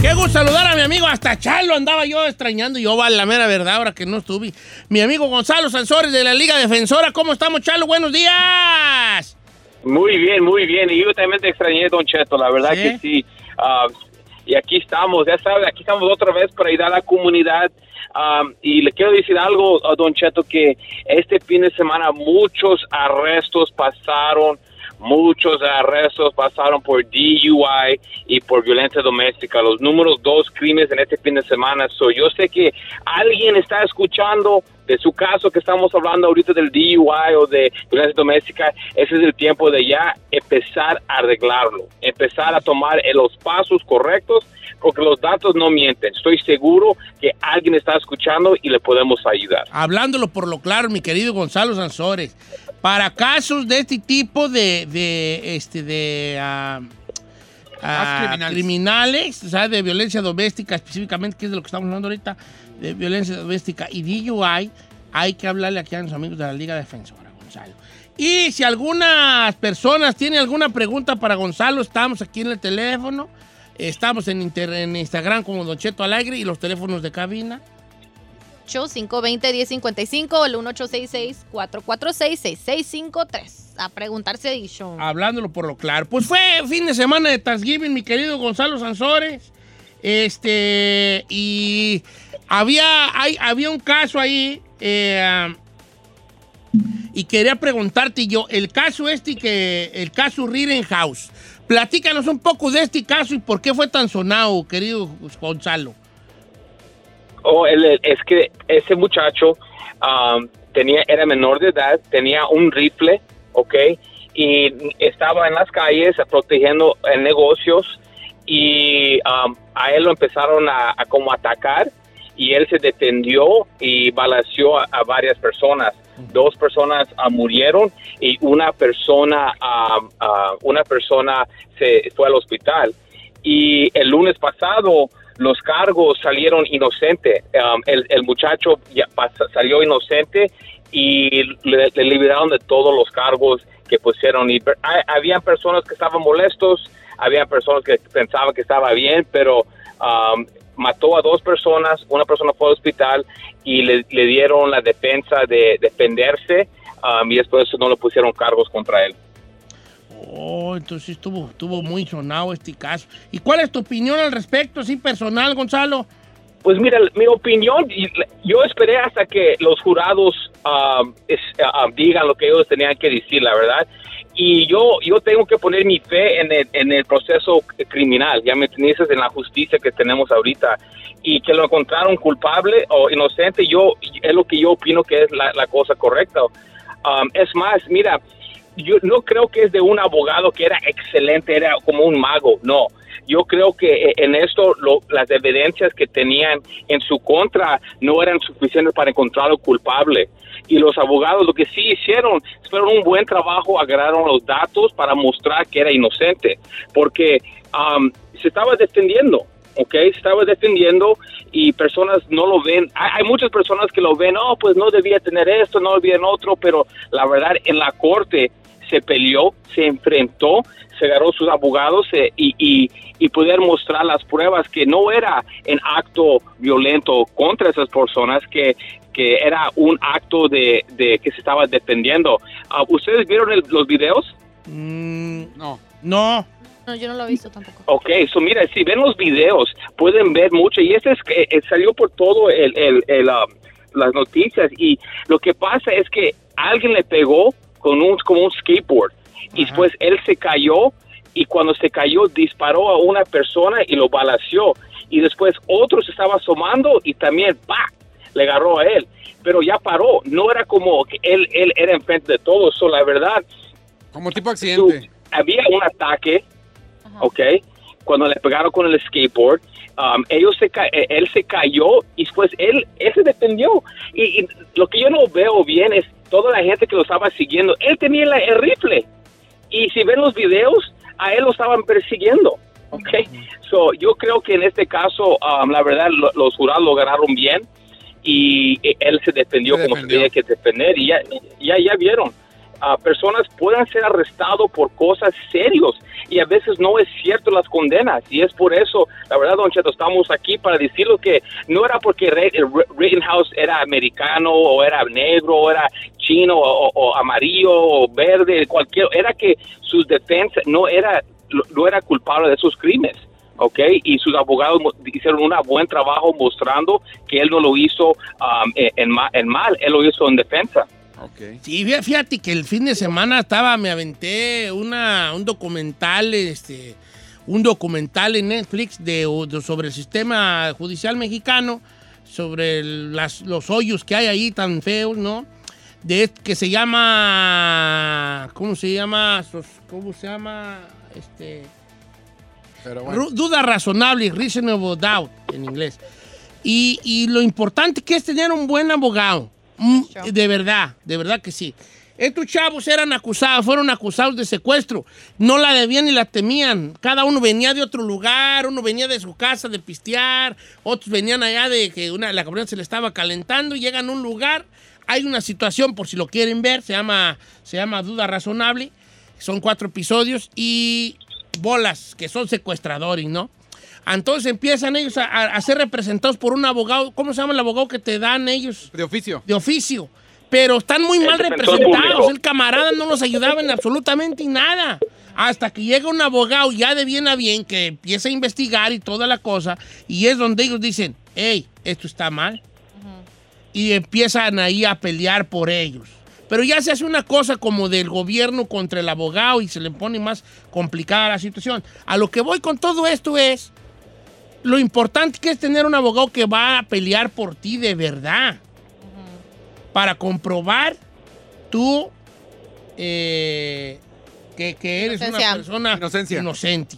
Speaker 2: Qué gusto saludar a mi amigo. Hasta Chalo andaba yo extrañando. Yo, va, la mera verdad, ahora que no estuve. Mi amigo Gonzalo Sansores de la Liga Defensora. ¿Cómo estamos, Chalo? Buenos días.
Speaker 9: Muy bien, muy bien. Y yo también te extrañé, Don Cheto, la verdad
Speaker 2: ¿Sí?
Speaker 9: que sí. Ah, y aquí estamos, ya sabes, aquí estamos otra vez para ayudar a la comunidad. Ah, y le quiero decir algo a Don Cheto, que este fin de semana muchos arrestos pasaron, muchos arrestos pasaron por DUI y por violencia doméstica, los números dos crímenes en este fin de semana. So, yo sé que alguien está escuchando de su caso que estamos hablando ahorita del DUI o de violencia doméstica, ese es el tiempo de ya empezar a arreglarlo, empezar a tomar eh, los pasos correctos, porque los datos no mienten. Estoy seguro que alguien está escuchando y le podemos ayudar.
Speaker 2: Hablándolo por lo claro, mi querido Gonzalo Sansores. Para casos de este tipo de, de, este, de ah, ah,
Speaker 4: criminales.
Speaker 2: criminales, o sea, de violencia doméstica específicamente, que es de lo que estamos hablando ahorita, de violencia doméstica y DUI, hay que hablarle aquí a los amigos de la Liga Defensora, Gonzalo. Y si algunas personas tienen alguna pregunta para Gonzalo, estamos aquí en el teléfono, estamos en, inter- en Instagram como Don Cheto Alegre y los teléfonos de cabina.
Speaker 1: 8-520-1055 el 1866-446-6653. A preguntarse dicho.
Speaker 2: hablándolo por lo claro. Pues fue fin de semana de Thanksgiving, mi querido Gonzalo Sansores. Este, y había, hay- había un caso ahí, eh, y quería preguntarte yo, el caso este que, el caso Rittenhouse. Platícanos un poco de este caso y por qué fue tan sonado, querido Gonzalo.
Speaker 9: Oh, él- él- es que ese muchacho am, tenía, era menor de edad, tenía un rifle, ¿ok? Y estaba en las calles protegiendo eh, negocios y am, a él lo empezaron a, a como atacar y él se detendió y balació a, a varias personas. Dos personas ah, murieron ah, y una persona, am, ah, una persona se fue al hospital. y el lunes pasado los cargos salieron inocente. Um, el, el muchacho ya pas- salió inocente y le, le liberaron de todos los cargos que pusieron. Y, per- hay- habían personas que estaban molestos, habían personas que pensaban que estaba bien, pero um, mató a dos personas, una persona fue al hospital y le, le dieron la defensa de defenderse um, y después no le pusieron cargos contra él.
Speaker 2: Oh, entonces estuvo, estuvo muy sonado este caso. ¿Y cuál es tu opinión al respecto, sí, personal, Gonzalo?
Speaker 9: Pues mira, mi opinión, y- yo esperé hasta que los jurados um, es- ah, digan lo que ellos tenían que decir, la verdad. Y yo, yo tengo que poner mi fe en el, en el proceso criminal, ya me entiendes, en la justicia que tenemos ahorita. Y que lo encontraron culpable o inocente, yo es lo que yo opino que es la, la cosa correcta. Um, es más, mira, yo no creo que es de un abogado que era excelente, era como un mago, no. Yo creo que eh, en esto lo- las evidencias que tenían en su contra no eran suficientes para encontrarlo culpable. Y los abogados lo que sí hicieron, fueron un buen trabajo, agarraron los datos para mostrar que era inocente, porque am, se estaba defendiendo. ¿ok? Se estaba defendiendo y personas no lo ven. Hay, hay muchas personas que lo ven, oh, pues no debía tener esto, no debía en otro, pero la verdad en la corte se peleó, se enfrentó, se agarró sus abogados eh, y, y, y pudieron mostrar las pruebas que no era un acto violento contra esas personas, que, que era un acto de, de que se estaba defendiendo. Ah, ¿Ustedes vieron el- los videos?
Speaker 4: no.
Speaker 2: Mm, No.
Speaker 1: No, yo no lo he visto tampoco.
Speaker 9: Ok, so mira, si ven los videos, pueden ver mucho. Y este es, que, eh, salió por todo el, el- el, um, las noticias. Y lo que pasa es que alguien le pegó con un, como un skateboard. Y después él se cayó. Y cuando se cayó, disparó a una persona y lo balació. Y después otro se estaba asomando y también, ¡pa! le agarró a él. Pero ya paró. No era como que él, él era enfrente de todos. So, la verdad,
Speaker 4: Como tipo accidente.
Speaker 9: había un ataque, ¿ok? Cuando le pegaron con el skateboard, um, ellos se ca- eh, él se cayó y después él, él se defendió. Y, y lo que yo no veo bien es toda la gente que lo estaba siguiendo. Él tenía la- el rifle. Y si ven los videos, a él lo estaban persiguiendo, ¿ok? So, yo creo que en este caso, um, la verdad, lo- los jurados lo ganaron bien y eh, él se defendió,
Speaker 4: Se
Speaker 9: como se tenía que defender y ya, ya, ya vieron. ah, personas pueden ser arrestados por cosas serios y a veces no es cierto las condenas y es por eso, la verdad, Don Cheto, estamos aquí para decirlo que no era porque Re- eh, Re- Rittenhouse era americano o era negro o era chino o, o- o amarillo o verde, cualquier, era que sus defensas no era, no era culpable de sus crímenes. ¿ok? Y sus abogados mo- hicieron un buen trabajo mostrando que él no lo hizo um, en, en ma- en mal, él lo hizo en defensa.
Speaker 2: Sí, fí- fíjate que el fin de semana estaba, me aventé una, un documental, este, un documental en Netflix de, o- de- sobre el sistema judicial mexicano, sobre el- las- los hoyos que hay ahí tan feos, ¿no? De, que se llama, ¿cómo se llama? Sos- ¿Cómo se llama? Este,
Speaker 4: Pero
Speaker 2: Ru- Duda razonable, reasonable doubt en inglés. Y, y lo importante que es tener un buen abogado. Mm, De verdad, de verdad que sí. Estos chavos eran acusados, fueron acusados de secuestro. No la debían ni la temían. Cada uno venía de otro lugar, uno venía de su casa de pistear, otros venían allá de que una, la cabrona se le estaba calentando y llegan a un lugar. Hay una situación, por si lo quieren ver, se llama, se llama Duda Razonable. Son cuatro episodios y bolas, que son secuestradores, ¿no? Entonces empiezan ellos a, a- a ser representados por un abogado. ¿Cómo se llama el abogado que te dan ellos?
Speaker 4: De oficio.
Speaker 2: De oficio. Pero están muy mal
Speaker 4: defensor
Speaker 2: representados.
Speaker 4: público.
Speaker 2: El camarada no los ayudaba en absolutamente nada. Hasta que llega un abogado ya de bien a bien que empieza a investigar y toda la cosa. Y es donde ellos dicen, hey, esto está mal y empiezan ahí a pelear por ellos. Pero ya se hace una cosa como del gobierno contra el abogado y se le pone más complicada la situación. A lo que voy con todo esto es lo importante que es tener un abogado que va a pelear por ti de verdad. Para comprobar tú eh, que, que eres
Speaker 1: Inocencia.
Speaker 2: una persona inocente.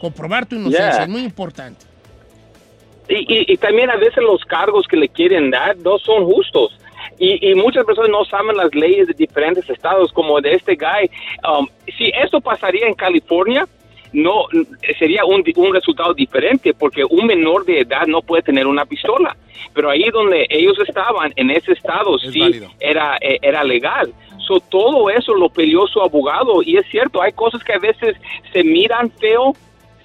Speaker 2: Comprobar tu
Speaker 9: Yeah.
Speaker 2: inocencia es muy importante.
Speaker 9: Y, y- y también a veces los cargos que le quieren dar no son justos. Y, y muchas personas no saben las leyes de diferentes estados, como de este guy. Um, si eso pasaría en California, no sería un, un resultado diferente porque un menor de edad no puede tener una pistola. Pero ahí donde ellos estaban, en ese estado, sí
Speaker 4: válido.
Speaker 9: era, eh, era legal. So, todo eso lo peleó su abogado y es cierto, hay cosas que a veces se miran feo,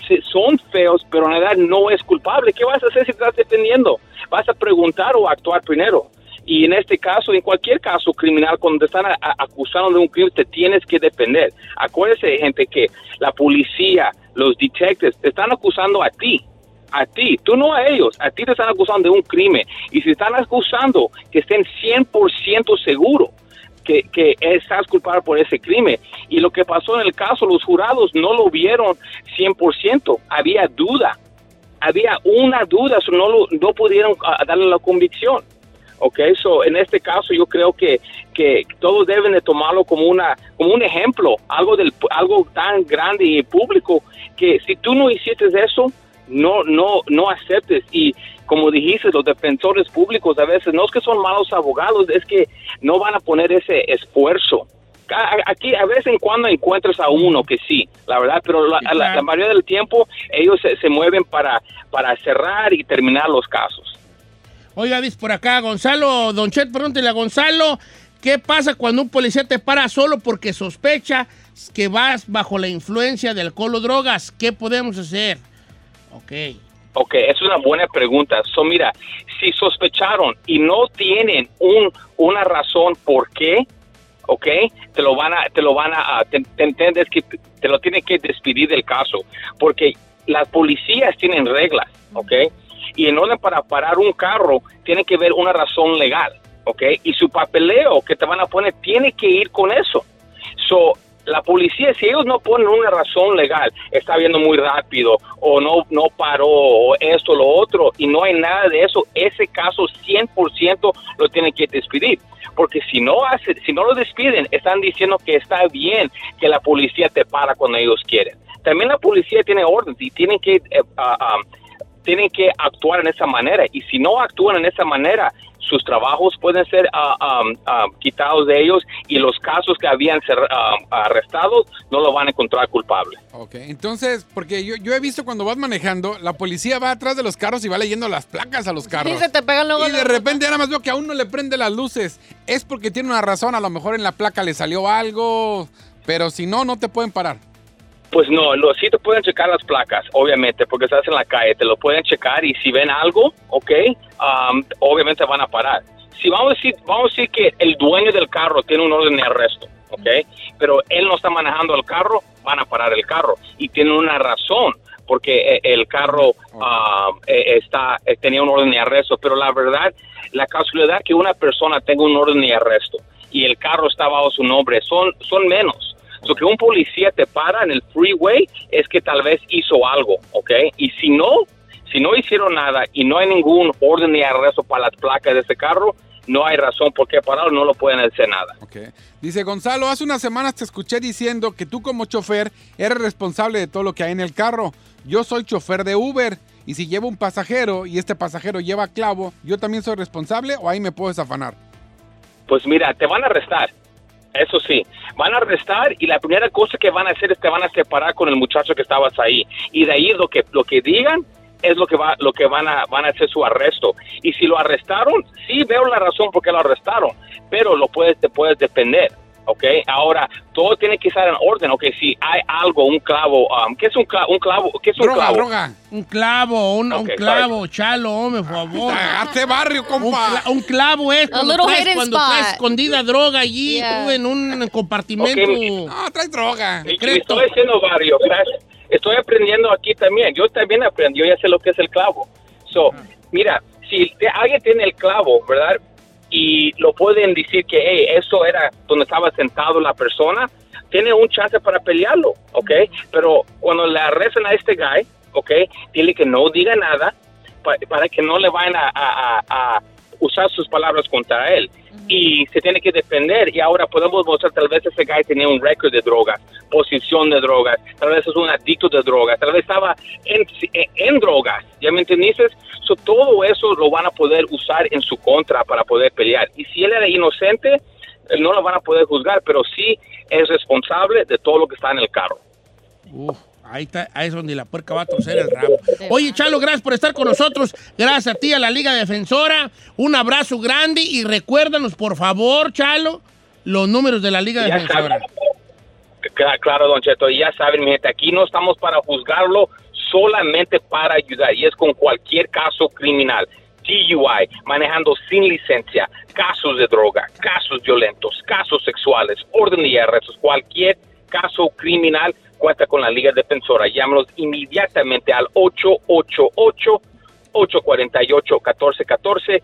Speaker 9: se- son feos, pero en realidad no es culpable. ¿Qué vas a hacer si estás defendiendo? ¿Vas a preguntar o a actuar primero? Y en este caso, en cualquier caso criminal, cuando te están a- a- acusando de un crimen, te tienes que defender. Acuérdese, gente, que la policía, los detectives, te están acusando a ti. A ti, tú no a ellos, a ti te están acusando de un crimen. Y si están acusando, que estén 100% seguros que, que estás culpable por ese crimen. Y lo que pasó en el caso, los jurados no lo vieron 100%, había duda, había una duda, so no, lo- no pudieron ah, darle la convicción. Ok, so en este caso yo creo que, que todos deben de tomarlo como una como un ejemplo, algo del algo tan grande y público que si tú no hiciste eso, no no no aceptes y como dijiste, los defensores públicos a veces no es que son malos abogados, es que no van a poner ese esfuerzo. A- a- Aquí a veces en cuando encuentras a uno que sí, la verdad, pero la, la- la mayoría del tiempo ellos se, se mueven para, para cerrar y terminar los casos.
Speaker 2: Oiga, dice por acá, Gonzalo, Don Chet, pregúntele a Gonzalo, ¿qué pasa cuando un policía te para solo porque sospecha que vas bajo la influencia de alcohol o drogas? ¿Qué podemos hacer? Ok.
Speaker 9: Ok, es una buena pregunta. So, mira, si sospecharon y no tienen un, una razón por qué, ok, te lo van a, te lo van a, a- te, te entiendes que te te lo tienen que despedir del caso, porque las policías tienen reglas, ok, y en orden para parar un carro tiene que ver una razón legal, ok, y su papeleo que te van a poner tiene que ir con eso. So, la policía, si ellos no ponen una razón legal, está viendo muy rápido, o no, no paró, o esto, lo otro, y no hay nada de eso, ese caso 100% lo tienen que despedir. Porque si no, hace, si no lo despiden, están diciendo que está bien que la policía te para cuando ellos quieren. También la policía tiene orden y tienen que eh, ah, ah, tienen que actuar en esa manera y si no actúan en esa manera sus trabajos pueden ser ah, ah, ah, quitados de ellos y los casos que habían cer- ah, arrestados no lo van a encontrar culpable.
Speaker 4: Ok, entonces, porque yo, yo he visto cuando vas manejando, la policía va atrás de los carros y va leyendo las placas a los carros.
Speaker 1: Y se te pegan luego.
Speaker 4: Y de
Speaker 1: luego.
Speaker 4: repente nada más veo que a uno le prende las luces. Es porque tiene una razón, a lo mejor en la placa le salió algo, pero si no, no te pueden parar.
Speaker 9: Pues no, lo, sí te pueden checar las placas, obviamente, porque estás en la calle, te lo pueden checar y si ven algo, ok, am, obviamente van a parar. Si vamos a, decir, vamos a decir que el dueño del carro tiene un orden de arresto, ok, pero él no está manejando el carro, van a parar el carro y tienen una razón, porque eh, el carro am, eh, está, eh, tenía un orden de arresto, pero la verdad, la casualidad que una persona tenga un orden de arresto y el carro está bajo su nombre, son, son menos. So que un policía te para en el freeway es que tal vez hizo algo, ¿ok? Y si no, si no hicieron nada y no hay ningún orden de arresto para las placas de ese carro, no hay razón por qué pararlo, no lo pueden hacer nada.
Speaker 4: Dice Gonzalo, hace unas semanas te escuché diciendo que tú como chofer eres responsable de todo lo que hay en el carro. Yo soy chofer de Uber y si llevo un pasajero y este pasajero lleva clavo, ¿yo también soy responsable o ahí me puedo desafanar?
Speaker 9: Pues mira, te van a arrestar. Eso sí, van a arrestar y la primera cosa que van a hacer es te van a separar con el muchacho que estabas ahí y de ahí lo que lo que digan es lo que va lo que van a van a hacer su arresto y si lo arrestaron sí veo la razón por qué lo arrestaron pero lo puedes te puedes defender, ¿ok? Ahora todo tiene que estar en orden, ¿ok? Si hay algo un clavo, um, ¿qué es un clavo? Un clavo, ¿qué es un clavo?
Speaker 2: Un clavo, un,
Speaker 9: Ok, Ah.
Speaker 2: un clavo, chalo, hombre, por favor.
Speaker 4: Hazte barrio, compa.
Speaker 2: Un, cla- un clavo es cuando,
Speaker 1: little
Speaker 2: traes,
Speaker 1: hidden
Speaker 2: cuando traes
Speaker 1: spot.
Speaker 2: escondida droga allí,
Speaker 1: Yeah.
Speaker 2: tú en un compartimento.
Speaker 9: Ok.
Speaker 4: No, trae
Speaker 2: Ah,
Speaker 4: droga.
Speaker 9: Y- y Estoy haciendo barrio, gracias. Estoy aprendiendo aquí también. Yo también aprendí, yo ya sé lo que es el clavo. So, mira, si te- alguien tiene el clavo, ¿verdad? Y lo pueden decir que, hey, eso era donde estaba sentado la persona, tiene un chance para pelearlo, ¿ok? Pero cuando le arrestan a este guy, ¿ok? Dile que no diga nada pa- para que no le vayan a, a- a- a usar sus palabras contra él. Y se tiene que defender. Y ahora podemos mostrar, tal vez ese guy tenía un récord de drogas, posición de drogas, tal vez es un adicto de drogas, tal vez estaba en, en drogas. ¿Ya me entendiste? So, todo eso lo van a poder usar en su contra para poder pelear. Y si él era inocente, eh, no lo van a poder juzgar, pero sí es responsable de todo lo que está en el carro.
Speaker 2: Ahí, está, ahí es donde la puerca va a torcer el rabo. Oye, Chalo, gracias por estar con nosotros. Gracias a ti, a la Liga Defensora. Un abrazo grande y recuérdanos, por favor, Chalo, los números de la Liga
Speaker 9: Ya
Speaker 2: Defensora.
Speaker 9: Cla- Claro, Don Cheto, y ya saben, mi gente, aquí no estamos para juzgarlo, solamente para ayudar, y es con cualquier caso criminal. DUI, manejando sin licencia, casos de droga, casos violentos, casos sexuales, orden de arrestos, cualquier caso criminal cuenta con la Liga Defensora. Llámenos inmediatamente al 888 848 1414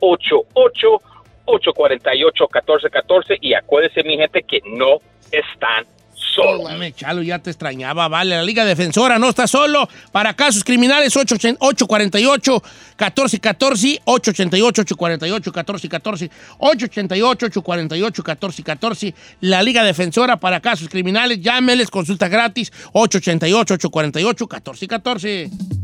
Speaker 9: 888 848-1414 y acuérdense mi gente que no están solos.
Speaker 2: Dame, Chalo, ya te extrañaba, vale. La Liga Defensora no está solo. Para casos criminales, 848-1414, 888-848-1414, 888-848-1414. La Liga Defensora para casos criminales, llámeles, consulta gratis, 888-848-1414.